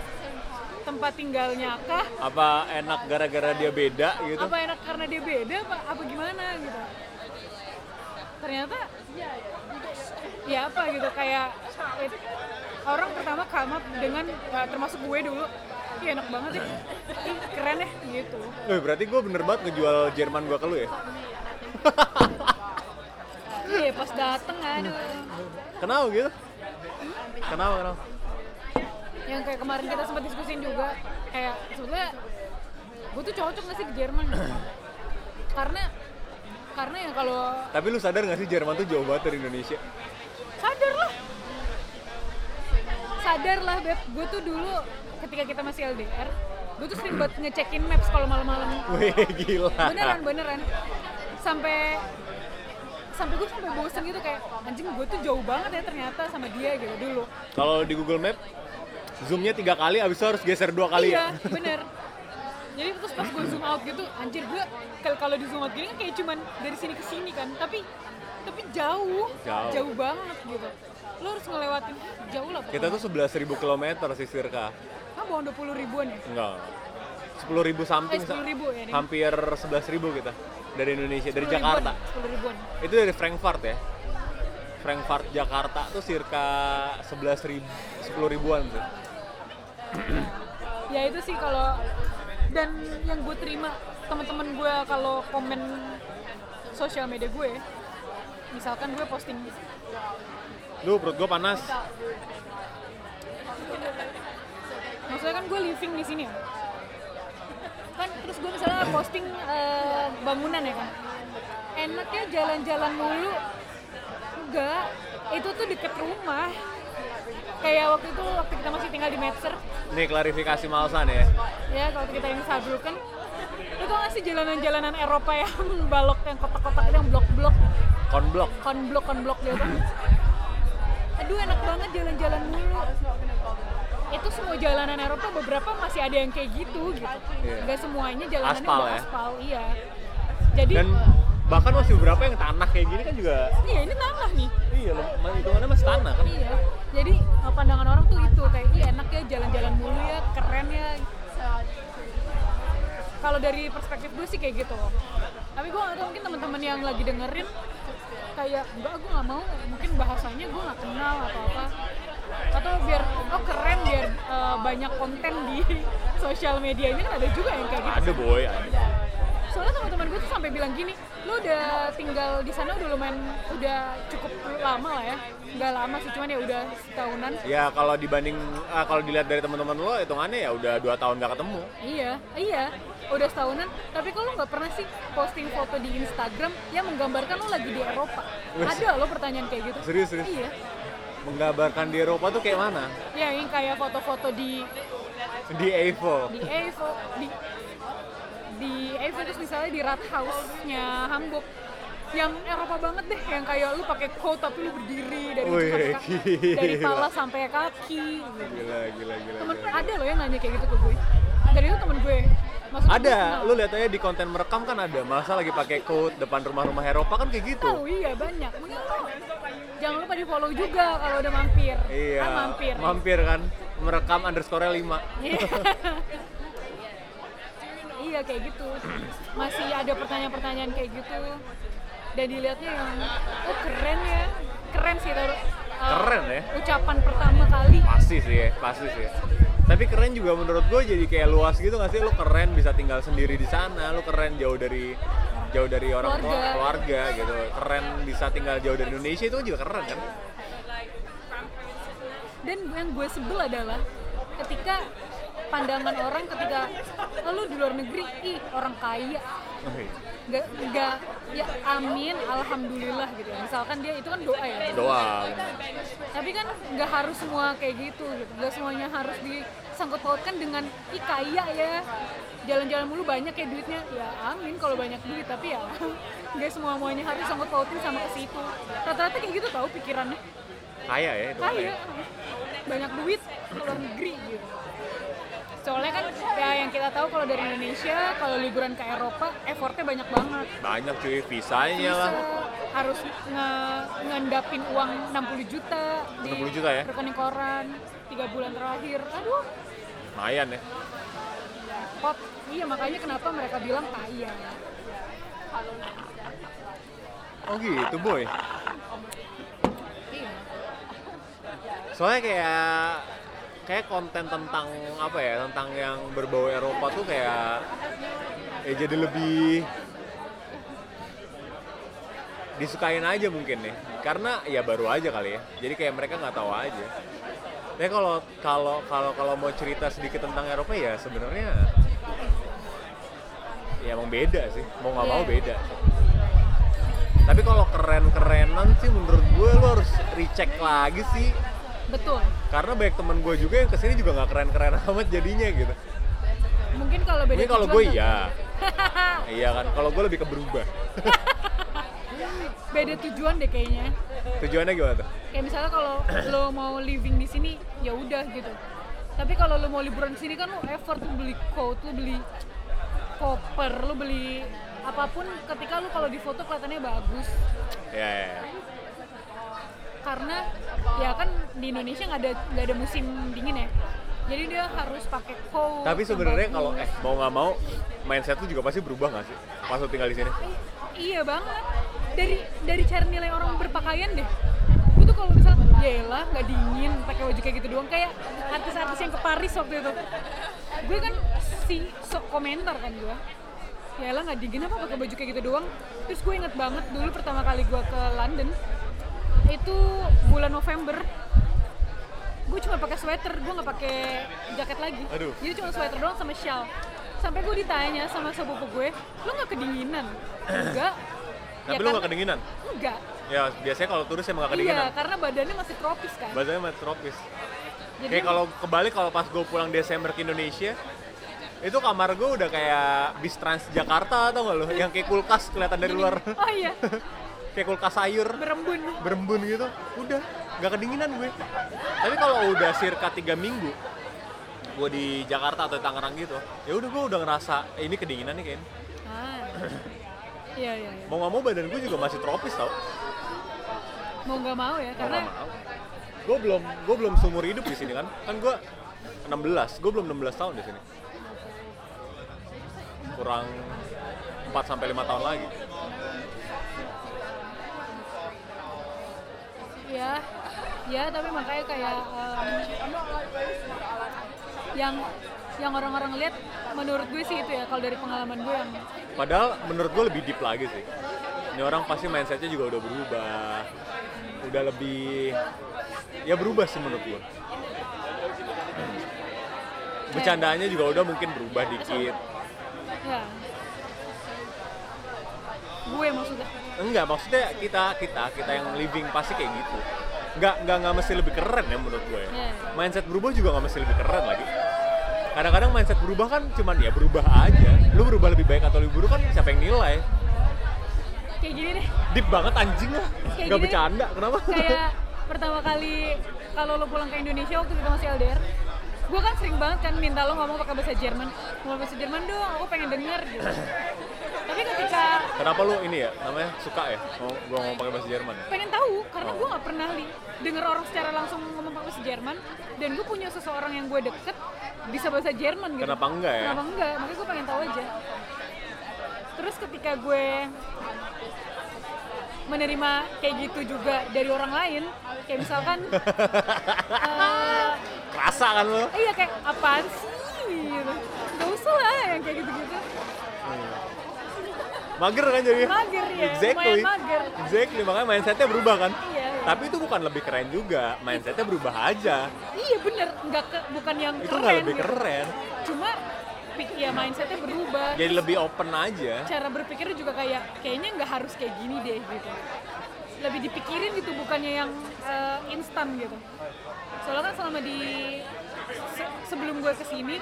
Speaker 2: tempat tinggalnya kah
Speaker 1: apa enak gara-gara dia beda gitu
Speaker 2: apa enak karena dia beda apa apa gimana gitu ternyata ya apa gitu kayak it- orang pertama come up dengan eh, termasuk gue dulu Ih, enak banget ya Ih, keren ya gitu
Speaker 1: Wih, berarti gue bener banget ngejual Jerman gue ke lu ya
Speaker 2: iya pas dateng aduh
Speaker 1: kenapa gitu kenapa kenapa
Speaker 2: yang kayak kemarin kita sempat diskusin juga kayak sebetulnya gue tuh cocok gak sih di Jerman karena karena ya kalau
Speaker 1: tapi lu sadar gak sih Jerman tuh jauh banget dari Indonesia
Speaker 2: sadar lah sadar lah beb gue tuh dulu ketika kita masih LDR gue tuh sering buat ngecekin maps kalau malam-malam
Speaker 1: Wih, gila
Speaker 2: beneran beneran sampai sampai gue sampai bosen gitu kayak anjing gue tuh jauh banget ya ternyata sama dia gitu dulu
Speaker 1: Kalau di Google Map, zoomnya tiga kali, abis itu harus geser dua kali
Speaker 2: iya,
Speaker 1: ya.
Speaker 2: bener. Jadi terus pas gue zoom out gitu, anjir gue kalau kalau di zoom out gini kan kayak cuman dari sini ke sini kan, tapi tapi jauh,
Speaker 1: Jauh.
Speaker 2: banget gitu. Lo harus ngelewatin jauh lah.
Speaker 1: Kita tuh 11.000 km sih circa.
Speaker 2: kan bawa dua puluh ribuan ya?
Speaker 1: Enggak. 10.000 something.
Speaker 2: Eh, 10.000 ya, Ding.
Speaker 1: Hampir 11.000 kita dari Indonesia, dari Jakarta.
Speaker 2: Sepuluh ribuan.
Speaker 1: Itu dari Frankfurt ya. Frankfurt Jakarta tuh circa 11.000 10 ribuan tuh.
Speaker 2: Ya itu sih kalau dan yang gue terima teman-teman gue kalau komen sosial media gue, misalkan gue posting
Speaker 1: Duh, perut gua panas.
Speaker 2: maksudnya kan gue living di sini ya kan terus gue misalnya posting eh, bangunan ya kan enaknya jalan-jalan mulu enggak itu tuh deket rumah kayak waktu itu waktu kita masih tinggal di Metzer
Speaker 1: Nih klarifikasi Malsan ya.
Speaker 2: ya kalau kita ini sabrukan itu masih jalanan-jalanan Eropa yang balok yang kotak-kotak itu, yang blok-blok
Speaker 1: Konblok.
Speaker 2: konblok konblok gitu aduh enak banget jalan-jalan mulu itu semua jalanan Eropa beberapa masih ada yang kayak gitu gitu
Speaker 1: Iya.
Speaker 2: nggak semuanya jalanannya
Speaker 1: Aspal
Speaker 2: udah
Speaker 1: ya?
Speaker 2: aspal iya jadi
Speaker 1: Dan bahkan masih beberapa yang tanah kayak gini kan juga
Speaker 2: iya ini tanah nih
Speaker 1: iya lum- hitungannya masih tanah kan
Speaker 2: iya jadi eh, pandangan orang tuh itu kayak iya enak ya jalan-jalan mulu ya keren ya kalau dari perspektif gue sih kayak gitu tapi gue gak tau mungkin teman-teman yang lagi dengerin kayak enggak gue nggak mau mungkin bahasanya gue nggak kenal atau apa atau biar oh keren biar eh, banyak konten di sosial medianya kan ada juga yang kayak gitu
Speaker 1: ada boy ada.
Speaker 2: soalnya teman-teman gue tuh sampai bilang gini lo udah tinggal di sana udah lumayan udah cukup lama lah ya nggak lama sih cuman ya udah setahunan
Speaker 1: Ya kalau dibanding ah, kalau dilihat dari teman-teman lo hitungannya ya udah dua tahun gak ketemu.
Speaker 2: iya iya udah setahunan tapi kok lo nggak pernah sih posting foto di Instagram yang menggambarkan lo lagi di Eropa
Speaker 1: Wes.
Speaker 2: ada lo pertanyaan kayak gitu
Speaker 1: Serius, serius.
Speaker 2: iya
Speaker 1: Menggambarkan di Eropa tuh kayak mana?
Speaker 2: ya yang kayak foto-foto di
Speaker 1: Di Eiffel.
Speaker 2: di Eiffel di di Eiffel terus misalnya di Rathaus-nya Hamburg yang Eropa banget deh yang kayak lu pakai coat tapi lu berdiri dari ujung sampai
Speaker 1: Wih,
Speaker 2: kaki, dari
Speaker 1: gila.
Speaker 2: kepala sampai kaki gitu.
Speaker 1: Gila gila gila.
Speaker 2: temen
Speaker 1: gila.
Speaker 2: ada loh yang nanya kayak gitu ke gue dan itu temen gue maksudnya
Speaker 1: Ada,
Speaker 2: lu
Speaker 1: lo lihat aja di konten merekam kan ada. Masa lagi pakai coat depan rumah-rumah Eropa kan kayak
Speaker 2: tahu
Speaker 1: gitu.
Speaker 2: iya banyak mungkin lo jangan lupa di follow juga kalau udah mampir
Speaker 1: Iya.
Speaker 2: kan mampir
Speaker 1: Mampir kan. Merekam underscore 5.
Speaker 2: Iya. iya kayak gitu masih ada pertanyaan-pertanyaan kayak gitu dan dilihatnya yang oh keren ya keren sih taruh uh,
Speaker 1: Keren ya?
Speaker 2: ucapan pertama kali
Speaker 1: pasti sih ya, pasti sih ya. tapi keren juga menurut gue jadi kayak luas gitu nggak sih lo keren bisa tinggal sendiri di sana lo keren jauh dari jauh dari orang tua
Speaker 2: Keluarga.
Speaker 1: keluarga gitu keren bisa tinggal jauh dari Indonesia itu juga keren kan
Speaker 2: dan yang gue sebel adalah ketika pandangan orang ketika oh, lu di luar negeri ih orang kaya nggak nggak ya amin alhamdulillah gitu ya. misalkan dia itu kan doa ya
Speaker 1: doang
Speaker 2: tapi kan nggak harus semua kayak gitu gitu nggak semuanya harus disangkut pautkan dengan i kaya ya jalan-jalan mulu banyak ya duitnya ya amin kalau banyak duit tapi ya nggak semua muanya harus sangkut pautin sama ke situ rata-rata kayak gitu tahu pikirannya
Speaker 1: kaya ya itu ya.
Speaker 2: kaya banyak duit ke luar negeri gitu soalnya kan ya yang kita tahu kalau dari Indonesia kalau liburan ke Eropa effortnya banyak banget
Speaker 1: banyak cuy visanya
Speaker 2: bisa
Speaker 1: lah
Speaker 2: harus nge ngendapin uang 60 juta di
Speaker 1: 60 juta ya?
Speaker 2: rekening koran tiga bulan terakhir aduh
Speaker 1: lumayan ya
Speaker 2: pot iya makanya kenapa mereka bilang "Ah, iya." kaya
Speaker 1: oh gitu boy
Speaker 2: iya
Speaker 1: soalnya kayak kayak konten tentang apa ya tentang yang berbau Eropa tuh kayak ya jadi lebih disukain aja mungkin nih karena ya baru aja kali ya jadi kayak mereka nggak tahu aja tapi kalau kalau kalau kalau mau cerita sedikit tentang Eropa ya sebenarnya ya emang beda sih mau nggak mau
Speaker 2: Iya.
Speaker 1: beda sih. tapi kalau keren-kerenan sih menurut gue lo harus recheck lagi sih
Speaker 2: betul
Speaker 1: karena banyak teman gue juga yang kesini juga nggak keren-keren amat jadinya gitu
Speaker 2: mungkin kalau beda
Speaker 1: ini kalau
Speaker 2: tujuan
Speaker 1: gue
Speaker 2: tuh-
Speaker 1: iya iya kan kalau gue lebih ke berubah
Speaker 2: beda tujuan deh kayaknya
Speaker 1: tujuannya gimana tuh
Speaker 2: kayak misalnya kalau lo mau living di sini ya udah gitu tapi kalau lo mau liburan di sini kan lo effort lo beli coat lo beli koper lo beli apapun ketika lo kalau di foto kelihatannya bagus
Speaker 1: ya, ya, ya.
Speaker 2: karena ya kan di Indonesia nggak ada nggak ada musim dingin ya jadi dia harus pakai coat
Speaker 1: tapi
Speaker 2: yang
Speaker 1: sebenarnya
Speaker 2: bagus.
Speaker 1: kalau eh mau nggak mau mindset tuh juga pasti berubah nggak sih pas lo tinggal di sini
Speaker 2: iya banget dari dari cara nilai orang berpakaian deh gue tuh kalau misal ya elah nggak dingin pakai baju kayak gitu doang kayak artis-artis yang ke Paris waktu itu gue kan si sok komentar kan gue ya elah nggak dingin apa pakai baju kayak gitu doang terus gue inget banget dulu pertama kali gue ke London itu bulan November gue cuma pakai sweater gue nggak pakai jaket lagi
Speaker 1: Aduh.
Speaker 2: jadi cuma sweater doang sama shawl sampai gue ditanya sama sepupu gue lo nggak kedinginan enggak Ya
Speaker 1: tapi lo nggak kedinginan
Speaker 2: enggak
Speaker 1: ya biasanya kalau turis emang nggak kedinginan
Speaker 2: kan? iya karena badannya masih tropis kan
Speaker 1: bahasanya mah tropis
Speaker 2: jadi
Speaker 1: kayak kalau kebalik kalau pas gue pulang Desember ke Indonesia itu kamar gue udah kayak bis Trans Jakarta atau nggak lo yang kayak kulkas kelihatan dari luar
Speaker 2: oh iya
Speaker 1: kayak kulkas sayur
Speaker 2: berembun
Speaker 1: berembun gitu udah nggak kedinginan gue tapi kalau udah circa tiga minggu gue di Jakarta atau Tangerang gitu ya udah gue udah ngerasa "Eh, ini kedinginan nih kayaknya
Speaker 2: ah iya iya iya.
Speaker 1: mau nggak mau badan gue juga masih tropis tau
Speaker 2: mau nggak mau ya
Speaker 1: mau
Speaker 2: karena
Speaker 1: nggak mau gue belum gue belum seumur hidup di sini kan kan gue 16 gue belum 16 tahun di sini kurang 4 sampai lima tahun lagi
Speaker 2: ya ya tapi makanya kayak em, yang yang orang-orang lihat menurut gue sih itu ya kalau dari pengalaman gue yang
Speaker 1: Padahal menurut gue lebih deep lagi sih. Ini orang pasti mindsetnya juga udah berubah, udah lebih ya berubah sih menurut gue. Bercandaannya juga udah mungkin berubah dikit.
Speaker 2: ya gue maksudnya
Speaker 1: Enggak, maksudnya kita kita kita yang living pasti kayak gitu. Enggak enggak nggak mesti lebih keren ya menurut gue. ya.
Speaker 2: Iya.
Speaker 1: Mindset berubah juga nggak mesti lebih keren lagi. Kadang-kadang mindset berubah kan cuman ya berubah aja. Lu berubah lebih baik atau lebih buruk kan siapa yang nilai?
Speaker 2: kayak gini deh
Speaker 1: Deep banget anjing lah.
Speaker 2: Kayak
Speaker 1: Enggak
Speaker 2: gini.
Speaker 1: bercanda. Kenapa?
Speaker 2: kayak pertama kali kalau lo pulang ke Indonesia waktu kita masih LDR gue kan sering banget kan minta lo ngomong pakai bahasa Jerman ngomong bahasa Jerman dong aku pengen denger gitu tapi ketika
Speaker 1: Kenapa lu ini ya namanya suka ya? Ngomong, gua ngomong pakai bahasa Jerman ya.
Speaker 2: pengen tahu karena gue nggak pernah li denger orang secara langsung ngomong pakai bahasa Jerman dan gue punya seseorang yang gue deket bisa bahasa Jerman gitu
Speaker 1: Kenapa enggak ya?
Speaker 2: kenapa enggak makanya gue pengen tahu aja terus ketika gue menerima kayak gitu juga dari orang lain kayak misalkan eh,
Speaker 1: Kerasa kan lu?
Speaker 2: iya kayak apaan sih gitu gak usah lah yang kayak gitu-gitu
Speaker 1: Mager kan jadi?
Speaker 2: Mager ya,
Speaker 1: Exactly.
Speaker 2: lumayan mager.
Speaker 1: Exactly, makanya mindsetnya berubah kan?
Speaker 2: Iya, iya.
Speaker 1: Tapi itu bukan lebih keren juga, mindsetnya berubah aja.
Speaker 2: iya bener nggak ke- bukan yang
Speaker 1: Itu
Speaker 2: keren
Speaker 1: nggak lebih
Speaker 2: gitu.
Speaker 1: keren.
Speaker 2: cuma pik- ya mindsetnya berubah
Speaker 1: Jadi lebih open aja.
Speaker 2: cara berpikirnya juga kayak kayaknya nggak harus kayak gini deh gitu lebih dipikirin gitu bukannya yang eh, instan gitu soalnya kan selama di se- sebelum gue kesini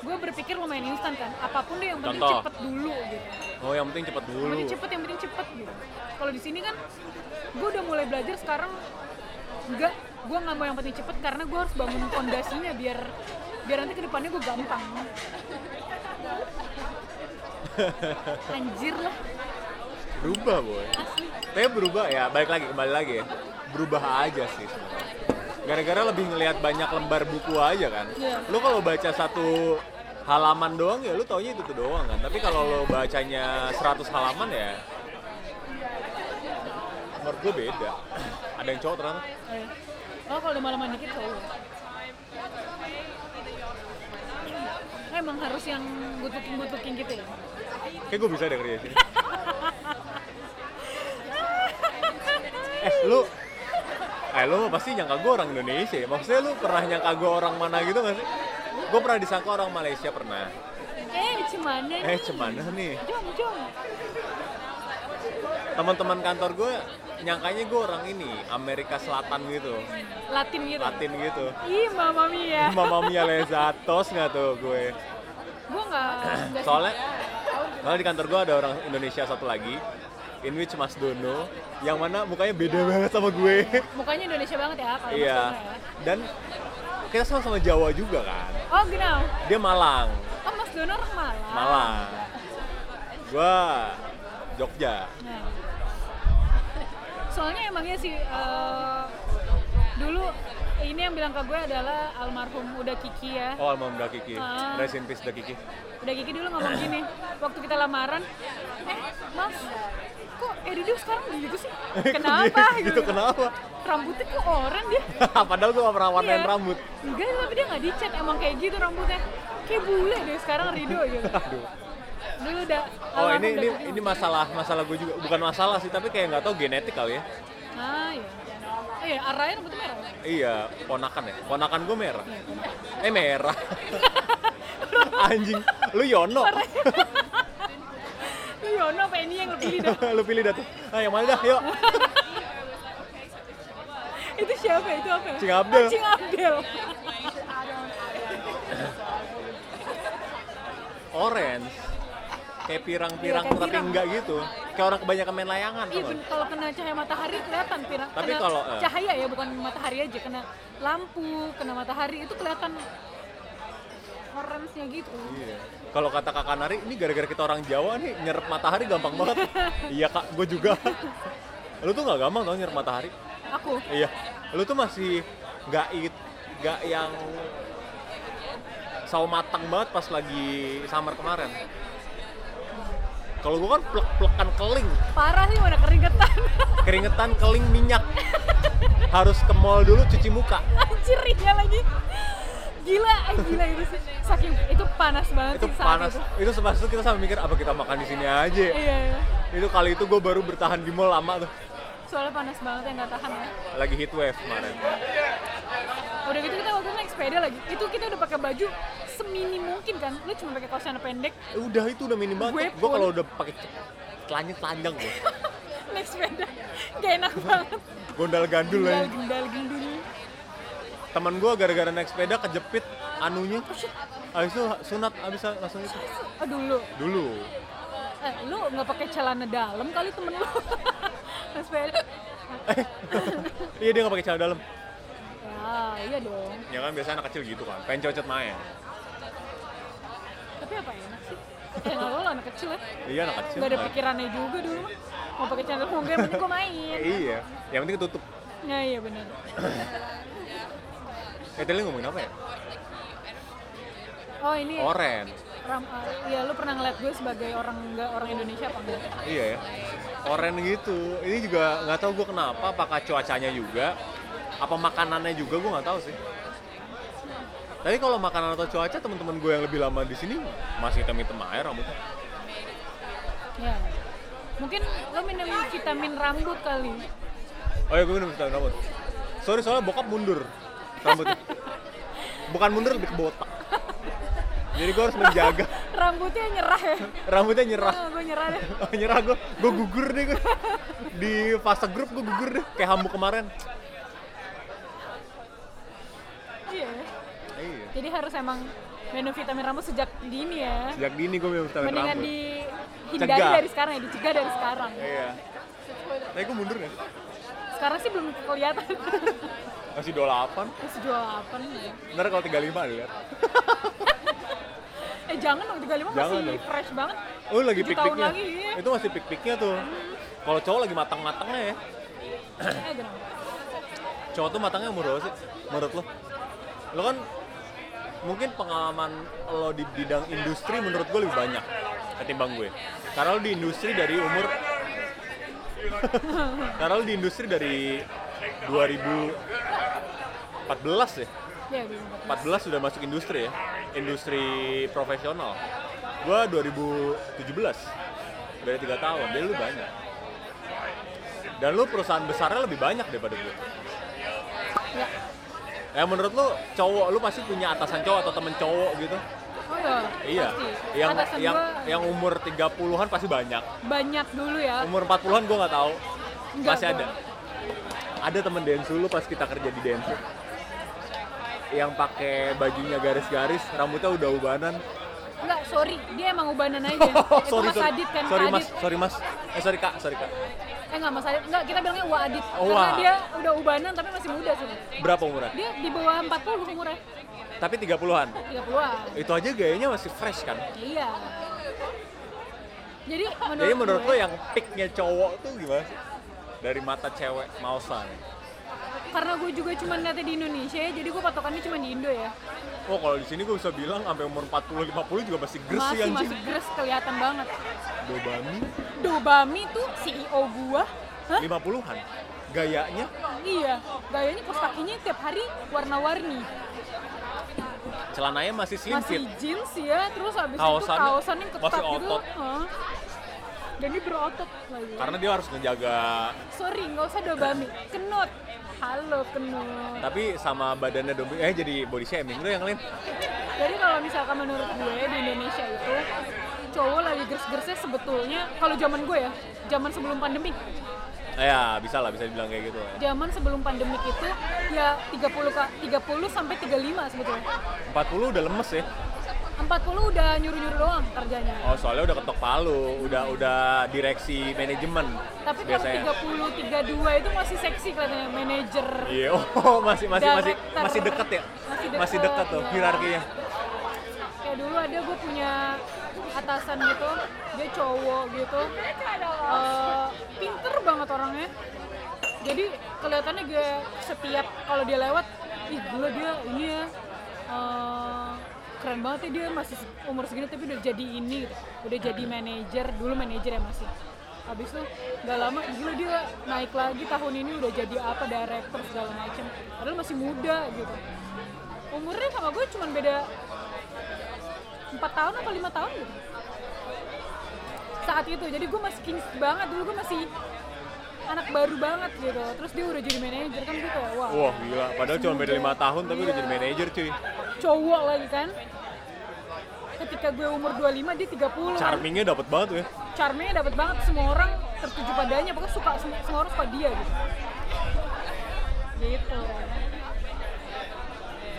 Speaker 2: gue berpikir lumayan instan kan apapun deh yang penting
Speaker 1: Contoh.
Speaker 2: cepet dulu gitu
Speaker 1: Oh yang penting cepet
Speaker 2: yang
Speaker 1: dulu.
Speaker 2: penting cepet yang penting cepet gitu kalau di sini kan gue udah mulai belajar sekarang enggak gue nggak mau yang penting cepet karena gue harus bangun fondasinya biar biar nanti kedepannya gue gampang anjir lah
Speaker 1: Berubah boy.
Speaker 2: asli
Speaker 1: Tapi berubah ya, balik lagi kembali lagi ya. Berubah aja sih sebenarnya. Gara-gara lebih ngelihat banyak lembar buku aja kan.
Speaker 2: Iya.
Speaker 1: Lu kalau baca satu halaman doang ya lu taunya itu tuh doang kan. Tapi kalau lo bacanya 100 halaman ya menurut gue beda. Ada yang cowok ternyata.
Speaker 2: oh, ya. oh kalau udah malaman dikit cowok Hmm, emang harus yang gutukin gutukin gitu ya
Speaker 1: Kayak gue bisa ya deh kerja di sini. eh lu Eh lu pasti nyangka gue orang Indonesia ya? Maksudnya lu pernah nyangka gue orang mana gitu gak sih? Gue pernah disangka orang Malaysia pernah
Speaker 2: eh cemana nih
Speaker 1: Eh cemana nih?
Speaker 2: jom jom
Speaker 1: Teman-teman kantor gue nyangkanya gue orang ini Amerika Selatan gitu
Speaker 2: latin gitu
Speaker 1: Latin gitu
Speaker 2: ih mama mia
Speaker 1: Mama Mia Lezatos gak tuh gue
Speaker 2: gue nggak nggak
Speaker 1: soalnya soalnya di kantor gua ada orang Indonesia satu lagi in which Mas Dono yang mana mukanya beda banget sama gue
Speaker 2: mukanya Indonesia banget ya kalau
Speaker 1: iya
Speaker 2: Mas Dono ya.
Speaker 1: dan kita sama-sama Jawa juga kan
Speaker 2: Oh genau.
Speaker 1: dia Malang
Speaker 2: Oh Mas Dono orang Malang.
Speaker 1: Malang gua Jogja
Speaker 2: Nah. Soalnya emangnya sih eh, dulu ini yang bilang ke gue adalah almarhum udah Kiki ya.
Speaker 1: oh Almam Dakiki
Speaker 2: Ah.
Speaker 1: rest in peace Dakiki
Speaker 2: Udah Kiki dulu ngomong gini waktu kita lamaran, eh Mas kok Edidio sekarang gitu sih? Kenapa?
Speaker 1: gitu kenapa
Speaker 2: Rambutnya kok orang dia?
Speaker 1: padahal gua gak pernah warnain
Speaker 2: Iya.
Speaker 1: rambut
Speaker 2: Enggak, tapi dia nggak dicat emang kayak gitu rambutnya. Kayak bule deh sekarang Rido gitu.
Speaker 1: Aduh.
Speaker 2: Dulu udah
Speaker 1: oh ini
Speaker 2: almarhum udah
Speaker 1: ini
Speaker 2: Kiki
Speaker 1: ini masalah masalah gue juga bukan masalah sih tapi kayak nggak tahu genetik kali ya
Speaker 2: Ah iya. Oh iya, arahnya rambut merah.
Speaker 1: iya ponakan ya ponakan gue merah
Speaker 2: Iya,
Speaker 1: Eh merah. Anjing, lu Yono.
Speaker 2: Lu Yono apa ini yang lo pilih dah?
Speaker 1: lu pilih dah tuh. Ah, yang mana dah? Yuk.
Speaker 2: Itu siapa ya? Itu apa ya?
Speaker 1: Cing Abdel.
Speaker 2: Oh, Cing Abdel.
Speaker 1: Orange. Kayak pirang-pirang
Speaker 2: Iya, kayak
Speaker 1: tapi
Speaker 2: pirang.
Speaker 1: enggak gitu. Kayak orang kebanyakan main layangan
Speaker 2: Iya,
Speaker 1: tuh.
Speaker 2: ben- kalau kena cahaya matahari kelihatan pirang.
Speaker 1: Tapi
Speaker 2: Kena
Speaker 1: kalau, eh.
Speaker 2: cahaya ya, bukan matahari aja. Kena lampu, kena matahari itu kelihatan orange-nya gitu.
Speaker 1: Iya. Kalau kata Kakak Nari, ini gara-gara kita orang Jawa nih nyerap matahari gampang banget. iya, Kak, gue juga. lu tuh nggak gampang tau nyerap matahari.
Speaker 2: Aku
Speaker 1: Iya. Lu tuh masih nggak it, nggak yang sawo matang banget pas lagi summer kemarin. Kalau gua kan plek-plekan keling,
Speaker 2: parah sih mana keringetan.
Speaker 1: keringetan keling minyak. Harus ke mall dulu cuci muka.
Speaker 2: Anjir ya lagi. Gila, eh, gila itu sih. Saking itu panas banget
Speaker 1: Itu
Speaker 2: sih saat
Speaker 1: panas.
Speaker 2: itu.
Speaker 1: Itu sebab itu kita sampai mikir apa kita makan di sini aja. ya?"
Speaker 2: Iya, iya.
Speaker 1: Itu kali itu gue baru bertahan di mall lama tuh.
Speaker 2: Soalnya panas banget yang nggak tahan ya.
Speaker 1: Lagi heat wave kemarin.
Speaker 2: Udah gitu kita waktu itu naik sepeda lagi. Itu kita udah pakai baju semini mungkin kan. Lu cuma pakai kaos celana pendek,
Speaker 1: Eh, Udah itu udah minim banget.
Speaker 2: Gue
Speaker 1: Gue
Speaker 2: pun.
Speaker 1: kalau udah pakai telanjang telanjang gue.
Speaker 2: naik sepeda. Gak enak banget.
Speaker 1: Gondal gandul
Speaker 2: Gendal,
Speaker 1: aja.
Speaker 2: gendal, gendul.
Speaker 1: teman gue gara-gara naik sepeda kejepit anunya abis itu sunat abis langsung itu
Speaker 2: Aduh lu.
Speaker 1: dulu
Speaker 2: Eh, lu nggak pakai celana dalam kali temen lu. naik sepeda.
Speaker 1: iya dia nggak pakai celana dalam
Speaker 2: Ya, iya dong.
Speaker 1: ya kan biasanya anak kecil gitu kan pengen cocet main
Speaker 2: Tapi apa enak sih? ya nggak apa-apa anak kecil ya
Speaker 1: Iya anak kecil.
Speaker 2: nggak ada
Speaker 1: kan.
Speaker 2: pikirannya juga dulu mah mau pakai channel mungkin yang penting gue main
Speaker 1: Iya. Yang penting tutup.
Speaker 2: ya iya benar
Speaker 1: Eh tadi lu ngomongin apa ya?
Speaker 2: oh ini
Speaker 1: Oren.
Speaker 2: Ram, eh, ya lu pernah ngeliat gue sebagai orang nggak orang Indonesia apa enggak
Speaker 1: Iya ya. Oren gitu. Ini juga nggak tahu gue kenapa. Apakah cuacanya juga? Apa makanannya juga gue nggak tahu sih. Tapi kalau makanan atau cuaca teman-teman gue yang lebih lama di sini masih hitam-hitam air rambutnya.
Speaker 2: ya mungkin lo minum vitamin rambut kali
Speaker 1: Oh ya gue minum vitamin rambut. Sorry soalnya bokap mundur rambutnya. Bukan mundur lebih ke botak. Jadi gue harus menjaga
Speaker 2: rambutnya nyerah ya
Speaker 1: rambutnya nyerah.
Speaker 2: Ah, gue nyerah deh
Speaker 1: Oh, nyerah gue, gue gugur deh gue. Di fase grup gue gugur deh, kayak hambu kemarin.
Speaker 2: iya
Speaker 1: Iya.
Speaker 2: jadi harus emang minum vitamin rambut sejak dini ya
Speaker 1: Sejak dini gue minum vitamin
Speaker 2: mendingan
Speaker 1: rambut.
Speaker 2: dihindari
Speaker 1: Cegah.
Speaker 2: dari sekarang ya dicegah dari sekarang
Speaker 1: Iya. Tapi gue mundur ya.
Speaker 2: sekarang sih belum kelihatan
Speaker 1: Masih 28.
Speaker 2: masih jual apa nih
Speaker 1: Ntar kalau 35 dilihat.
Speaker 2: eh jangan dong
Speaker 1: Jangan
Speaker 2: 35 masih
Speaker 1: dong.
Speaker 2: fresh banget
Speaker 1: Oh lagi
Speaker 2: Tujuh tahun
Speaker 1: pik-piknya.
Speaker 2: lagi, iya.
Speaker 1: Itu masih pik-piknya tuh. Kalau cowok lagi matang-matangnya ya.
Speaker 2: eh kenapa
Speaker 1: Cowok tuh matangnya umur berapa sih? Menurut lo? Lo kan mungkin pengalaman lo di bidang industri menurut gue lebih banyak ketimbang gue. Karena lo di industri dari umur Karena lo di industri dari 2014 ya.
Speaker 2: ya belum
Speaker 1: 14 sudah masuk industri ya, industri profesional. Gua 2017, dari tiga tahun, jadi lu banyak. Dan lu perusahaan besarnya lebih banyak daripada gue.
Speaker 2: ya
Speaker 1: Ya menurut lu cowok, lu pasti punya atasan cowok atau temen cowok gitu.
Speaker 2: oh ya
Speaker 1: Iya,
Speaker 2: pasti
Speaker 1: yang
Speaker 2: atasan
Speaker 1: yang
Speaker 2: gua
Speaker 1: yang umur 30-an pasti banyak.
Speaker 2: banyak dulu ya
Speaker 1: Umur 40-an gue nggak tahu,
Speaker 2: Nggak,
Speaker 1: masih ada.
Speaker 2: gua-
Speaker 1: Ada temen Densu lu pas kita kerja di Densu yang pakai bajunya garis-garis, rambutnya udah ubanan,
Speaker 2: Enggak, sorry, dia emang ubanan aja.
Speaker 1: Oh, sorry,
Speaker 2: Iya, itu Mas
Speaker 1: sorry.
Speaker 2: Adit kan,
Speaker 1: sorry
Speaker 2: Kak
Speaker 1: mas,
Speaker 2: Adit.
Speaker 1: sorry mas. Eh sorry kak, sorry kak.
Speaker 2: Eh enggak Mas Adit, enggak kita bilangnya Wa Adit.
Speaker 1: Oh,
Speaker 2: Karena
Speaker 1: Wa.
Speaker 2: dia udah ubanan tapi masih muda sih.
Speaker 1: Berapa umurnya?
Speaker 2: Dia di bawah 40 umurnya,
Speaker 1: Tapi 30-an.
Speaker 2: 30-an.
Speaker 1: Itu aja gayanya masih fresh kan?
Speaker 2: Iya. Jadi menurut,
Speaker 1: Jadi menurut lo
Speaker 2: gue,
Speaker 1: yang picknya cowok tuh gimana sih? Dari mata cewek, mausan.
Speaker 2: karena gue juga cuma ngeliatnya di Indonesia ya, jadi gue patokannya cuma di Indo ya.
Speaker 1: Oh kalau di sini gue bisa bilang sampai umur 40-50 juga masih gres sih
Speaker 2: masih
Speaker 1: anjing.
Speaker 2: masih gres kelihatan banget.
Speaker 1: Dobami
Speaker 2: Dobami tuh CEO gua. Hah?
Speaker 1: 50-an. Gayanya
Speaker 2: Iya, gayanya kaos kakinya tiap hari warna-warni.
Speaker 1: celananya masih slim fit.
Speaker 2: masih jeans ya terus habis
Speaker 1: Kaosannya
Speaker 2: itu kaosan yang ketat
Speaker 1: masih
Speaker 2: gitu
Speaker 1: otot.
Speaker 2: Hah. dan dia berotot lagi
Speaker 1: Karena dia harus ngejaga
Speaker 2: sorry nggak usah dobami kenut halo kenut
Speaker 1: tapi sama badannya dobi eh jadi body shaming lo yang lain
Speaker 2: jadi kalau misalkan menurut gue di Indonesia itu cowok lagi gers-gersnya sebetulnya kalau zaman gue ya zaman sebelum pandemi
Speaker 1: ya bisa lah bisa dibilang kayak gitu
Speaker 2: zaman sebelum pandemik itu ya 30 ka- 30 sampai 35 sebetulnya
Speaker 1: 40 udah lemes ya
Speaker 2: 40 udah nyuruh-nyuruh doang kerjanya
Speaker 1: Oh, soalnya udah ketok palu, udah udah direksi manajemen.
Speaker 2: tapi kalau 30 32 itu masih seksi kelihatannya manajer
Speaker 1: Iya, oh, masih masih masih
Speaker 2: Director.
Speaker 1: masih dekat ya.
Speaker 2: Masih deket,
Speaker 1: Masih dekat tuh
Speaker 2: ya.
Speaker 1: hierarkinya.
Speaker 2: kayak dulu ada gue punya atasan gitu dia cowok gitu Eh, pinter banget orangnya jadi kelihatannya gue setiap kalau dia lewat ih gila dia ini ya eh, keren banget ya dia masih umur segini tapi udah jadi ini gitu. udah jadi manajer dulu manajer ya masih habis itu nggak lama "Ih, gila dia naik lagi tahun ini udah jadi apa director segala macem padahal masih muda gitu umurnya sama gue cuman beda empat tahun atau lima tahun gitu saat itu jadi gue masih kings banget dulu gue masih anak baru banget gitu terus dia udah jadi manajer kan gue kayak wah
Speaker 1: Wah, gila. Padahal cuma beda lima tahun tapi udah
Speaker 2: Iya.
Speaker 1: jadi manajer, cuy.
Speaker 2: cowok lagi kan ketika gue umur 25 dia 30 kan
Speaker 1: Charmingnya dapat banget ya.
Speaker 2: charmnya dapat banget semua orang tertuju padanya pokoknya suka semua, semua orang suka dia gitu gitu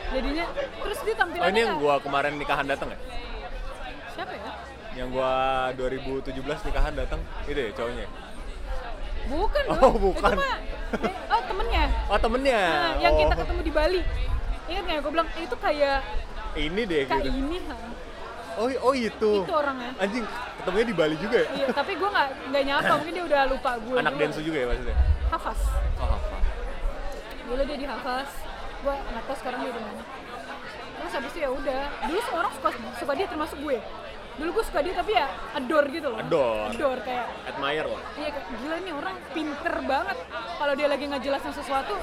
Speaker 2: jadinya terus dia
Speaker 1: Oh,
Speaker 2: tampilannya
Speaker 1: ini yang
Speaker 2: kayak-
Speaker 1: gua kemarin nikahan datang ya?
Speaker 2: siapa ya
Speaker 1: Yang gua 2017 nikahan datang. Itu ya cowoknya.
Speaker 2: bukan
Speaker 1: Oh,
Speaker 2: dong.
Speaker 1: bukan.
Speaker 2: itu mah oh temennya
Speaker 1: Oh, temennya.
Speaker 2: Nah, yang kita
Speaker 1: Oh,
Speaker 2: ketemu di Bali. Ingat nggak? Gue bilang "Eh, itu kayak
Speaker 1: ini deh
Speaker 2: kayak
Speaker 1: gitu.
Speaker 2: ini. Ha.
Speaker 1: oh oh itu
Speaker 2: Itu orangnya.
Speaker 1: anjing ketemunya di Bali juga ya
Speaker 2: Iya, tapi gue nggak nggak nyapa, mungkin dia udah lupa gue.
Speaker 1: anak
Speaker 2: Gua-
Speaker 1: Densu juga ya maksudnya
Speaker 2: Hafaz.
Speaker 1: oh apa
Speaker 2: Dulu dia di Hafaz. Gue nggak tahu sekarang dia di mana. Terus habis itu ya udah. Dulu semua orang suka suka dia termasuk gue. Dulu gue suka dia tapi ya adore gitu loh.
Speaker 1: Adore.
Speaker 2: Adore kayak
Speaker 1: admire lah
Speaker 2: Iya, kayak, gila nih orang pinter banget. Kalau dia lagi ngejelasin sesuatu,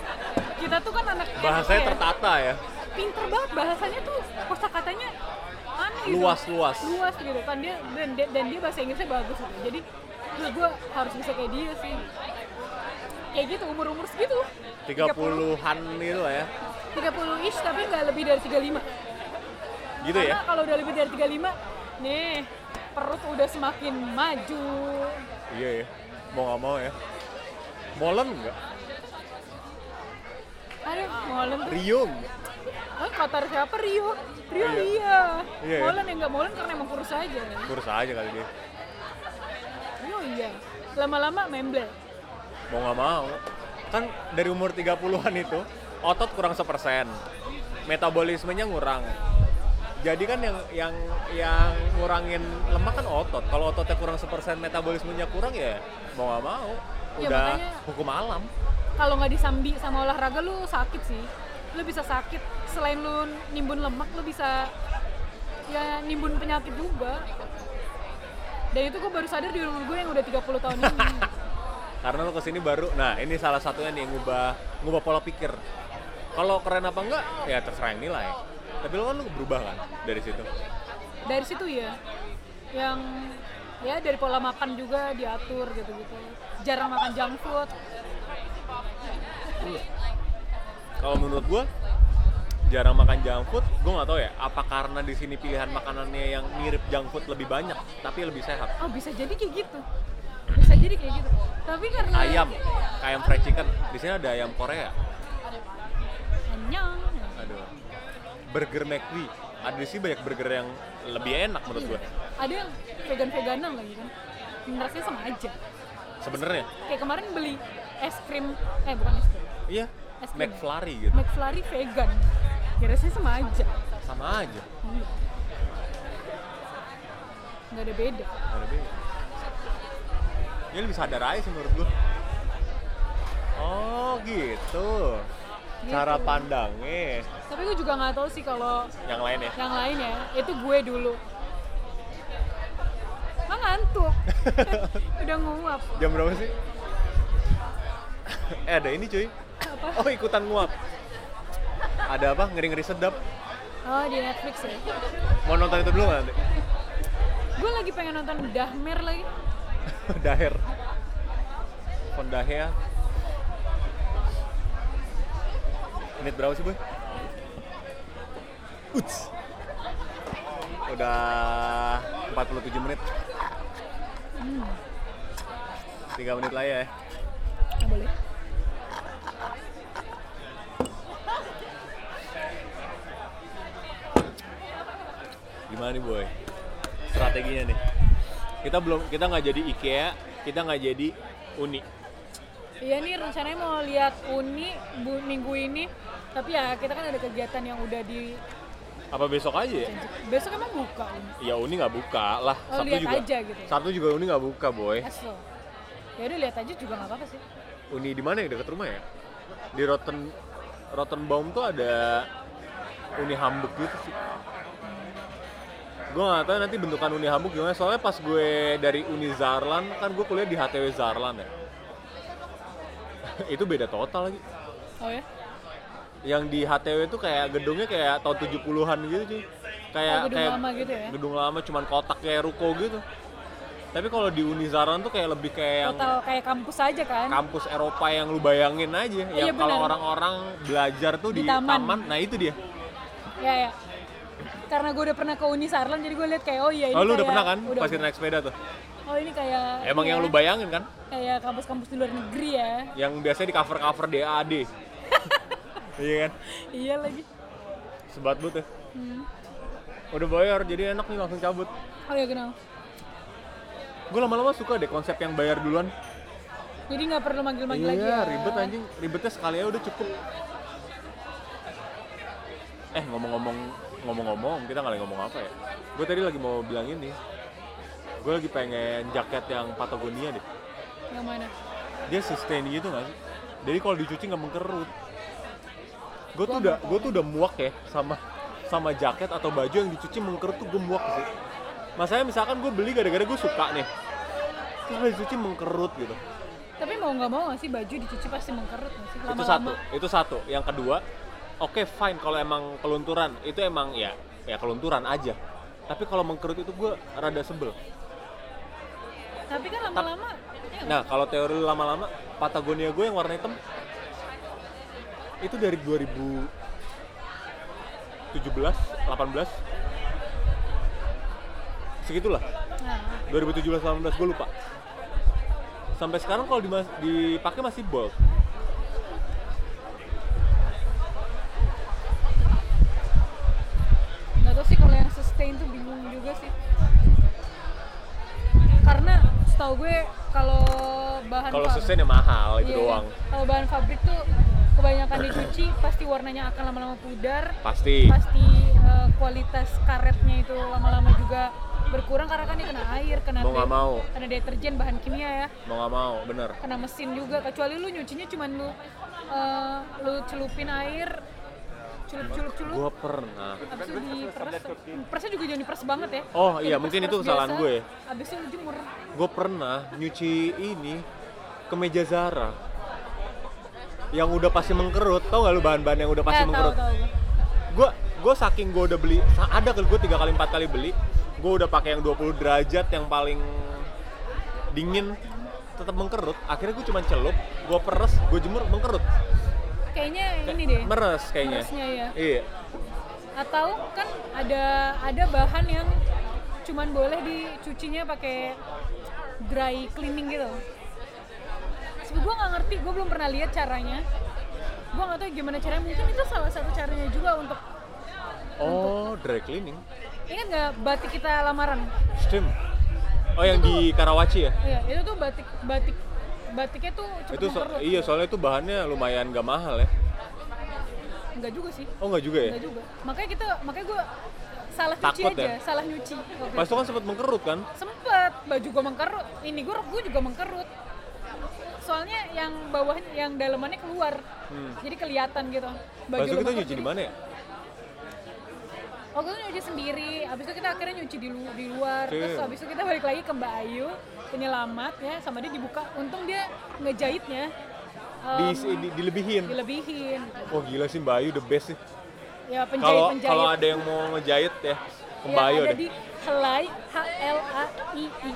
Speaker 2: kita tuh kan anak
Speaker 1: bahasanya
Speaker 2: anak ya,
Speaker 1: tertata ya
Speaker 2: Pinter banget bahasanya tuh kosakatanya aneh gitu.
Speaker 1: Luas, luas.
Speaker 2: Luas gitu kan dia dan, dia- dan dia bahasa Inggrisnya bagus gitu. Jadi gue, gue harus bisa kayak dia sih. Kayak gitu umur-umur segitu.
Speaker 1: 30-an itu lah ya
Speaker 2: 30 ish tapi nggak lebih dari 35.
Speaker 1: gitu
Speaker 2: Karena
Speaker 1: ya
Speaker 2: kalau udah lebih dari 35, nih perut udah semakin maju.
Speaker 1: iya ya mau nggak mau ya Molen nggak
Speaker 2: Aduh, malam tuh
Speaker 1: Rio nggak?
Speaker 2: Oh, kotor siapa Rio? Rio iya.
Speaker 1: Iya, ya?
Speaker 2: Molen yang nggak molen karena emang kurus aja.
Speaker 1: kurus aja kali dia
Speaker 2: Rio iya. Lama-lama memble.
Speaker 1: mau nggak mau kan dari umur 30-an itu otot kurang sepersen metabolismenya ngurang jadi kan yang yang yang ngurangin lemak kan otot kalau ototnya kurang sepersen metabolismenya kurang ya mau nggak mau
Speaker 2: Ya,
Speaker 1: udah
Speaker 2: makanya-
Speaker 1: hukum alam
Speaker 2: Kalau nggak disambi sama olahraga lu sakit sih. Lu bisa sakit. Selain lu nimbun lemak, lu bisa ya nimbun penyakit juga. Dan itu gue baru sadar di umur gue yang udah 30 tahun ini.
Speaker 1: karena lo kesini baru nah ini salah satunya nih ngubah ngubah pola pikir kalau keren apa enggak ya terserah yang nilai tapi lo kan lo berubah kan dari situ
Speaker 2: Dari situ ya, yang ya dari pola makan juga diatur gitu-gitu. Jarang makan junk food.
Speaker 1: kalau menurut gua jarang makan junk food gue nggak tahu ya apa karena di sini pilihan makanannya yang mirip junk food lebih banyak tapi lebih sehat
Speaker 2: Oh bisa jadi kayak gitu. Bisa jadi kayak gitu. Tapi karena
Speaker 1: ayam kayak ayam fried chicken di sini ada ayam Korea
Speaker 2: kenyang.
Speaker 1: aduh burger McD ada di sini banyak burger yang lebih enak menurut gua
Speaker 2: Ada yang vegan-veganan lagi kan. Rasanya sama aja.
Speaker 1: sebenarnya
Speaker 2: Kayak kemarin beli es krim, eh bukan es krim.
Speaker 1: iya
Speaker 2: Es krim.
Speaker 1: McFlurry gitu
Speaker 2: McFlurry vegan. Ya rasanya sama aja.
Speaker 1: sama aja
Speaker 2: Iya. Nggak ada beda.
Speaker 1: Nggak ada beda. ya lebih sadar aja sih menurut gua oh gitu cara
Speaker 2: Gitu.
Speaker 1: pandangnya
Speaker 2: Tapi gue juga nggak tahu sih kalau
Speaker 1: yang lain ya
Speaker 2: yang lain ya, itu gue dulu. Mah ngantuk. Udah nguap.
Speaker 1: Jam berapa sih? eh ada ini cuy.
Speaker 2: Apa?
Speaker 1: Oh ikutan nguap. Ada apa? Ngeri-ngeri sedap.
Speaker 2: Oh di Netflix ya.
Speaker 1: Mau nonton itu dulu nggak nanti?
Speaker 2: Gue lagi pengen nonton Dahmer lagi.
Speaker 1: Daher. Pondahea. Menit berapa sih, Boy? Uts. Udah 47 menit. 3 menit lagi ya.
Speaker 2: Nggak boleh.
Speaker 1: gimana nih boy strateginya nih kita belum kita nggak jadi IKEA kita nggak jadi Uni
Speaker 2: Iya nih rencananya mau lihat Uni bu, minggu ini. Tapi ya kita kan ada kegiatan yang udah di
Speaker 1: apa besok aja ya
Speaker 2: besok emang buka Uni.
Speaker 1: ya Uni nggak buka lah
Speaker 2: Oh,
Speaker 1: Sabtu
Speaker 2: lihat
Speaker 1: juga
Speaker 2: aja gitu.
Speaker 1: Sabtu juga Uni nggak buka boy
Speaker 2: Aso. Ya udah lihat aja juga nggak apa-apa sih.
Speaker 1: Uni di mana ya dekat rumah ya di Rotten Rottenbaum tuh ada Uni Hamburg gitu sih gue nggak tahu nanti bentukan Uni Hamburg gimana soalnya pas gue dari Uni Zarlan kan gue kuliah di HTW Zarlan ya itu beda total lagi
Speaker 2: Oh ya.
Speaker 1: yang di HTW itu kayak gedungnya kayak tahun 70-an gitu cuy. Kayak
Speaker 2: Oh, gedung
Speaker 1: kayak
Speaker 2: lama gitu ya?
Speaker 1: Gedung lama cuman kotak kayak ruko gitu. Tapi kalau di Unizaran tuh kayak lebih kayak yang
Speaker 2: Total kayak kampus aja kan.
Speaker 1: kampus Eropa yang lu bayangin aja.
Speaker 2: Iya,
Speaker 1: yang kalau
Speaker 2: benar.
Speaker 1: orang-orang belajar tuh di,
Speaker 2: Di taman.
Speaker 1: Nah, itu dia.
Speaker 2: Ya ya. Karena gue udah pernah ke Uni Sarlan jadi gue lihat kayak oh iya ini
Speaker 1: Oh, lu udah
Speaker 2: kayak-
Speaker 1: pernah kan
Speaker 2: Udah.
Speaker 1: pas kita naik sepeda tuh?
Speaker 2: Oh ini kayak
Speaker 1: Emang
Speaker 2: iya,
Speaker 1: yang lu bayangin kan?
Speaker 2: kayak kampus-kampus di luar negeri ya.
Speaker 1: Yang biasanya di cover-cover DAD. iya kan?
Speaker 2: iya lagi.
Speaker 1: Sebat banget ya.
Speaker 2: Hmm.
Speaker 1: Udah bayar, jadi enak nih langsung cabut.
Speaker 2: Oh ya kenal.
Speaker 1: Gue lama-lama suka deh konsep yang bayar duluan.
Speaker 2: Jadi nggak perlu manggil-manggil lagi.
Speaker 1: Iya,
Speaker 2: ya.
Speaker 1: ribet anjing. Ribetnya sekali aja udah cukup. Eh, ngomong-ngomong ngomong-ngomong kita nggak lagi ngomong apa ya gue tadi lagi mau bilang ini gue lagi pengen jaket yang Patagonia deh
Speaker 2: yang mana
Speaker 1: dia sustain gitu nggak sih jadi kalau dicuci nggak mengkerut gue tuh udah gue tuh udah muak ya sama sama jaket atau baju yang dicuci mengkerut tuh gue muak sih masanya misalkan gue beli gara-gara gue suka nih terus pas dicuci mengkerut gitu
Speaker 2: tapi mau nggak mau nggak sih baju dicuci pasti mengkerut nggak sih
Speaker 1: itu
Speaker 2: lama-lama
Speaker 1: satu itu satu yang kedua oke fine kalau emang kelunturan itu emang ya ya kelunturan aja tapi kalau mengkerut itu gue rada sebel
Speaker 2: tapi kan lama-lama ya,
Speaker 1: nah kalau teori lu lama-lama Patagonia gue yang warna hitam itu dari 2017 18 segitulah
Speaker 2: nah,
Speaker 1: 2017 18 gue lupa sampai sekarang kalau dimas- dipakai masih bold
Speaker 2: nggak tahu sih kalau yang sustain tuh bingung juga sih karena setahu gue kalau bahan
Speaker 1: kalau
Speaker 2: fabrik-
Speaker 1: sustain ya mahal itu
Speaker 2: Iya,
Speaker 1: doang
Speaker 2: kalau bahan pabrik tuh kebanyakan dicuci pasti warnanya akan lama-lama pudar
Speaker 1: pasti
Speaker 2: pasti eh, kualitas karetnya itu lama-lama juga berkurang karena kan dia kena air kena
Speaker 1: mau nggak
Speaker 2: de-
Speaker 1: mau
Speaker 2: kena deterjen bahan kimia ya
Speaker 1: mau nggak mau bener
Speaker 2: kena mesin juga kecuali lu nyucinya cuman lu eh, lu celupin air celup celup celup
Speaker 1: gue pernah
Speaker 2: abis itu diperes persnya juga jangan diperes banget ya
Speaker 1: Oh,
Speaker 2: Jadi
Speaker 1: iya, mungkin
Speaker 2: pas
Speaker 1: itu
Speaker 2: peres
Speaker 1: kesalahan
Speaker 2: biasa,
Speaker 1: gue.
Speaker 2: abis itu lu jemur
Speaker 1: gue pernah nyuci ini kemeja Zara yang udah pasti mengkerut tau gak lu bahan-bahan yang udah pasti
Speaker 2: Ya, tahu,
Speaker 1: mengkerut
Speaker 2: tahu gue.
Speaker 1: gue gue saking gue udah beli sa- ada ke gue tiga kali empat kali beli gue udah pakai yang 20 derajat yang paling dingin tetap mengkerut akhirnya gue cuma celup gue peres gue jemur mengkerut
Speaker 2: kayaknya ini deh
Speaker 1: meres kayaknya
Speaker 2: meresnya ya
Speaker 1: iya
Speaker 2: atau kan ada ada bahan yang cuman boleh dicucinya pakai dry cleaning gitu Sebab gue nggak ngerti gue belum pernah lihat caranya gue nggak tahu gimana caranya mungkin itu salah satu caranya juga untuk
Speaker 1: oh dry cleaning
Speaker 2: ingat nggak batik kita lamaran
Speaker 1: steam oh yang di Karawaci ya
Speaker 2: iya itu tuh batik batik batiknya tuh cepet
Speaker 1: itu so-
Speaker 2: mengkerut.
Speaker 1: iya soalnya itu bahannya lumayan gak mahal ya
Speaker 2: nggak juga sih
Speaker 1: oh nggak juga ya
Speaker 2: nggak juga makanya kita makanya gue salah cuci
Speaker 1: Takut
Speaker 2: aja
Speaker 1: ya?
Speaker 2: salah nyuci waktu
Speaker 1: Pas itu kan sempat mengkerut kan?
Speaker 2: sempet baju gue mengkerut ini gue gue juga mengkerut soalnya yang bawah yang dalamannya keluar jadi kelihatan gitu
Speaker 1: Pas itu Hmm. kita
Speaker 2: lu mengkerut,
Speaker 1: nyuci di
Speaker 2: jadi-
Speaker 1: mana ya?
Speaker 2: waktu itu nyuci sendiri abis itu kita akhirnya nyuci di, lu- di luar terus
Speaker 1: Damn.
Speaker 2: abis itu kita balik lagi ke Mbak Ayu penyelamat ya sama dia dibuka untung dia ngejahitnya em,
Speaker 1: Di, di- dilebihin.
Speaker 2: dilebihin
Speaker 1: Wah gila sih Mbak Ayu the best sih.
Speaker 2: ya penjahit
Speaker 1: Kalau
Speaker 2: penjahit Iya,
Speaker 1: kalau ada yang mau ngejahit ya ke Mbak Ayu
Speaker 2: ada
Speaker 1: deh.
Speaker 2: di helai H L A I I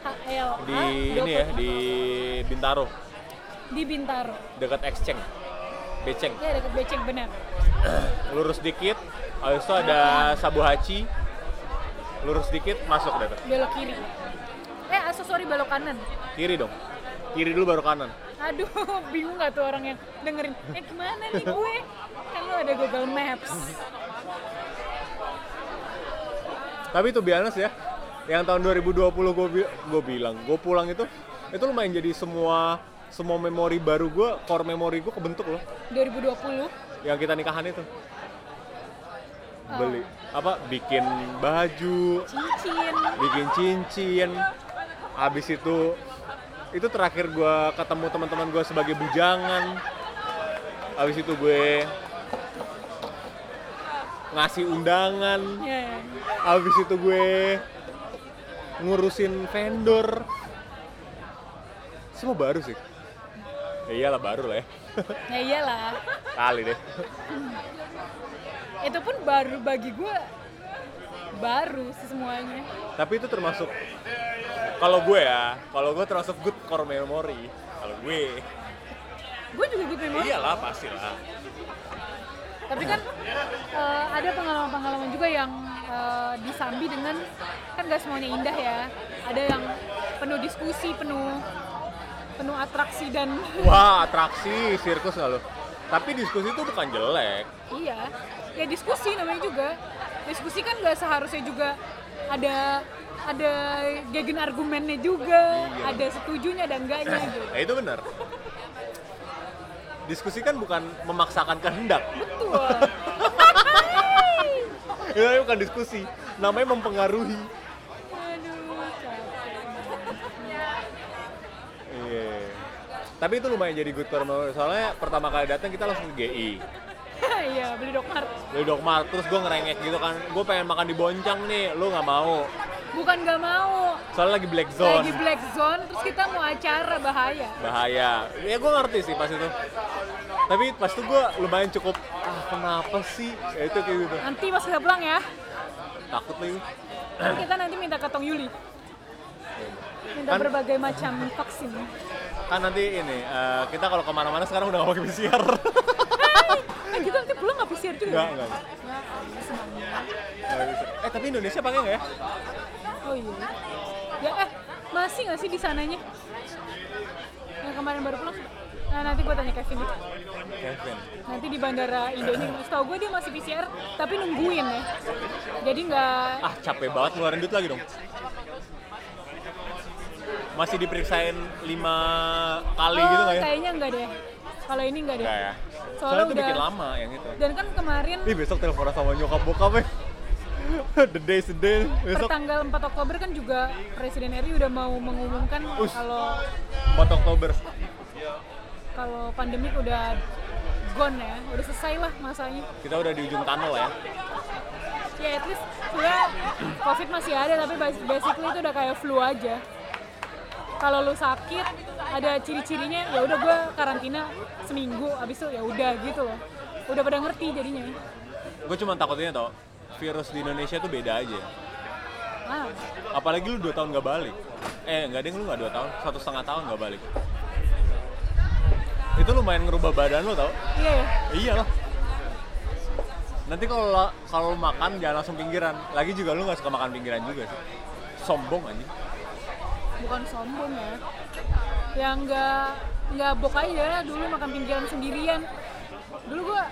Speaker 2: H L A
Speaker 1: Di ini ya di Bintaro
Speaker 2: di Bintaro
Speaker 1: dekat Exchange. Beceng.
Speaker 2: ya dekat becek benar
Speaker 1: Lurus dikit, habis itu ada Sabu Hachi. Lurus dikit masuk deh. tuh.
Speaker 2: belok kiri eh aksesori belok kanan
Speaker 1: Kiri dong. Kiri dulu baru kanan.
Speaker 2: aduh bingung gak tuh orang yang dengerin eh gimana nih gue kan lo ada Google Maps
Speaker 1: Tapi itu biasa ya. Yang tahun 2020 gue bilang, gue pulang itu itu lumayan jadi semua semua memori baru gue, core memori gue kebentuk loh.
Speaker 2: 2020
Speaker 1: yang kita nikahan itu beli apa bikin baju
Speaker 2: cincin
Speaker 1: bikin cincin habis itu itu terakhir gue ketemu teman-teman gue sebagai bujangan habis itu gue ngasih undangan
Speaker 2: ya ya.
Speaker 1: habis itu gue ngurusin vendor semua baru sih ya iyalah baru lah ya
Speaker 2: ya iyalah
Speaker 1: kali deh
Speaker 2: itu pun baru bagi gue baru sih semuanya
Speaker 1: tapi itu termasuk kalau gue ya kalau gue termasuk good core memory kalau gue
Speaker 2: gue juga good memory
Speaker 1: iyalah pasti lah
Speaker 2: tapi kan eh, ada pengalaman-pengalaman juga yang eh, disambi dengan kan gak semuanya indah ya ada yang penuh diskusi penuh penuh atraksi dan
Speaker 1: wah atraksi sirkus nggak lo tapi diskusi itu bukan jelek
Speaker 2: iya ya diskusi namanya juga diskusi kan gak seharusnya juga ada ada gegen argumennya juga ada setujunya dan enggaknya gitu
Speaker 1: nah itu benar diskusi kan bukan memaksakan kehendak
Speaker 2: betul
Speaker 1: Itu namanya bukan diskusi, namanya mempengaruhi.
Speaker 2: Aduh, capek.
Speaker 1: Iya. Tapi itu lumayan jadi good for me. Soalnya pertama kali datang kita langsung ke GI.
Speaker 2: Iya, beli Doc Mart.
Speaker 1: Dari Doc Mart, terus gue ngerengek gitu kan. Gue pengen makan di Boncang nih, lu nggak mau.
Speaker 2: Bukan nggak mau,
Speaker 1: Soalnya lagi black zone.
Speaker 2: lagi black zone, terus kita mau acara bahaya.
Speaker 1: Bahaya. Ya gue ngerti sih pas itu. Tapi pas itu gue lumayan cukup, ah kenapa sih? Ya itu kayak gitu.
Speaker 2: Nanti pas kita pulang ya, Kan
Speaker 1: Takut lagi.
Speaker 2: kita nanti minta ke Tong Yuli. Minta
Speaker 1: Kan-
Speaker 2: berbagai macam vaksin. Eh,
Speaker 1: Kan nanti ini, eh, kita kalau kemana-mana sekarang udah nggak pakai PCR.
Speaker 2: Eh, kita nanti pulang nggak PCR juga? ya?
Speaker 1: Nggak, nggak.
Speaker 2: Nggak, nggak, semangat.
Speaker 1: Nggak bisa. eh tapi Indonesia pakai nggak ya?
Speaker 2: Oh iya. Ya eh masih nggak sih di sananya? Yang kemarin baru pulang. Nah, nanti gue tanya Kevin deh.
Speaker 1: Kevin.
Speaker 2: Nanti di bandara Indonesia, setahu gue dia masih PCR, tapi nungguin ya. Jadi nggak
Speaker 1: Ah capek banget ngeluarin duit lagi dong. Masih diperiksain lima kali gitu nggak ya?
Speaker 2: Oh, kayaknya nggak deh. Kalau ini nggak deh.
Speaker 1: Nggak ya.
Speaker 2: Soalnya
Speaker 1: Soalnya itu
Speaker 2: udah-
Speaker 1: bikin lama yang itu.
Speaker 2: Dan kan kemarin
Speaker 1: Ih besok teleponan sama nyokap bokap ya. the day the day besok
Speaker 2: pertanggal 4 Oktober kan juga Presiden RI udah mau mengumumkan
Speaker 1: Us.
Speaker 2: kalau
Speaker 1: 4 Oktober.
Speaker 2: kalau pandemik udah gone ya, udah selesai lah masanya.
Speaker 1: Kita udah di ujung tunnel ya.
Speaker 2: Ya at least sebenernya covid masih ada tapi bas- basically itu udah kayak flu aja. Kalau lu sakit ada ciri-cirinya ya udah gue karantina seminggu abis itu ya udah gitu loh. Udah pada ngerti jadinya.
Speaker 1: Gue cuma takutnya tau virus di Indonesia tuh beda aja.
Speaker 2: Ah,
Speaker 1: Apalagi lu 2 tahun nggak balik. Eh nggak deh lu nggak 2 tahun, satu setengah tahun nggak balik. Itu lumayan ngerubah badan lu tau.
Speaker 2: iya ya.
Speaker 1: Iyalah. Nanti kalau la- kalau lu makan jangan langsung pinggiran. Lagi juga lu nggak suka makan pinggiran juga sih. Sombong anjing.
Speaker 2: bukan sombong ya yang nggak nggak bok aja ya. dulu makan pinggiran sendirian dulu gua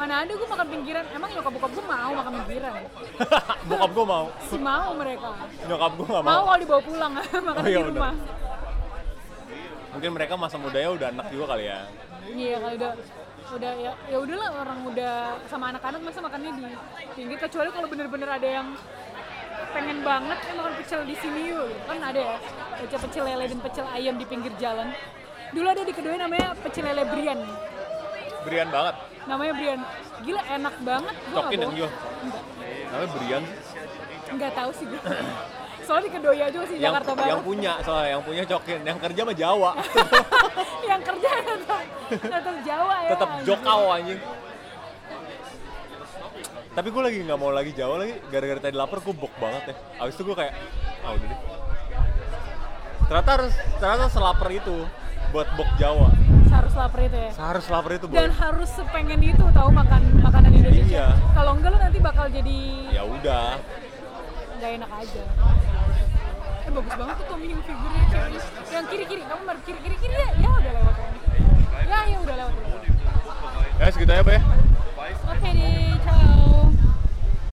Speaker 2: mana ada gua makan pinggiran emang nyokap bokap gua mau makan pinggiran
Speaker 1: Bokap gua mau,
Speaker 2: si mau mereka
Speaker 1: nyokap gua nggak
Speaker 2: mau
Speaker 1: mau.
Speaker 2: kalau dibawa pulang makan
Speaker 1: Oh,
Speaker 2: di
Speaker 1: iya udah.
Speaker 2: rumah
Speaker 1: Mungkin mereka masa mudanya udah enak juga kali ya.
Speaker 2: iya kalau udah udah ya ya udahlah orang udah sama anak-anak masa makannya di pinggir kecuali kalau bener-bener ada yang pengen banget ya makan pecel di sini yuk kan ada ya pecel pecel lele dan pecel ayam di pinggir jalan dulu ada di kedua namanya pecel lele brian
Speaker 1: Berian banget.
Speaker 2: namanya Brian gila enak banget gua
Speaker 1: Cokin yang
Speaker 2: nggak
Speaker 1: yo.
Speaker 2: bohong enggak
Speaker 1: Namanya Berian.
Speaker 2: nggak tahu sih gue soalnya di Kedoya juga sih
Speaker 1: Yang
Speaker 2: Jakarta
Speaker 1: yang
Speaker 2: Barat
Speaker 1: punya soalnya yang punya cokin, yang kerja mah Jawa.
Speaker 2: yang kerja tetap tetap Jawa ya
Speaker 1: Tetap
Speaker 2: anjing.
Speaker 1: jokau anjing. Tapi gue lagi nggak mau lagi Jawa lagi, gara-gara tadi lapar gue bok banget ya. Abis itu gue kayak, ah udah deh. Ternyata harus, ternyata selapar itu buat bok Jawa.
Speaker 2: harus lapar itu ya
Speaker 1: Harus lapar itu
Speaker 2: dan
Speaker 1: buat.
Speaker 2: harus sepengen itu tahu makan makanan Indonesia
Speaker 1: Iya.
Speaker 2: kalau enggak lo nanti bakal jadi
Speaker 1: Ya udah,
Speaker 2: nggak enak aja eh bagus banget tuh Tommy figurnya ceweknya yang kiri kiri kamu baru kiri kiri kiri ya ya udah lewat Tommy. ya ya udah lewat, udah lewat.
Speaker 1: ya segitu aja, Pak ya.
Speaker 2: oke deh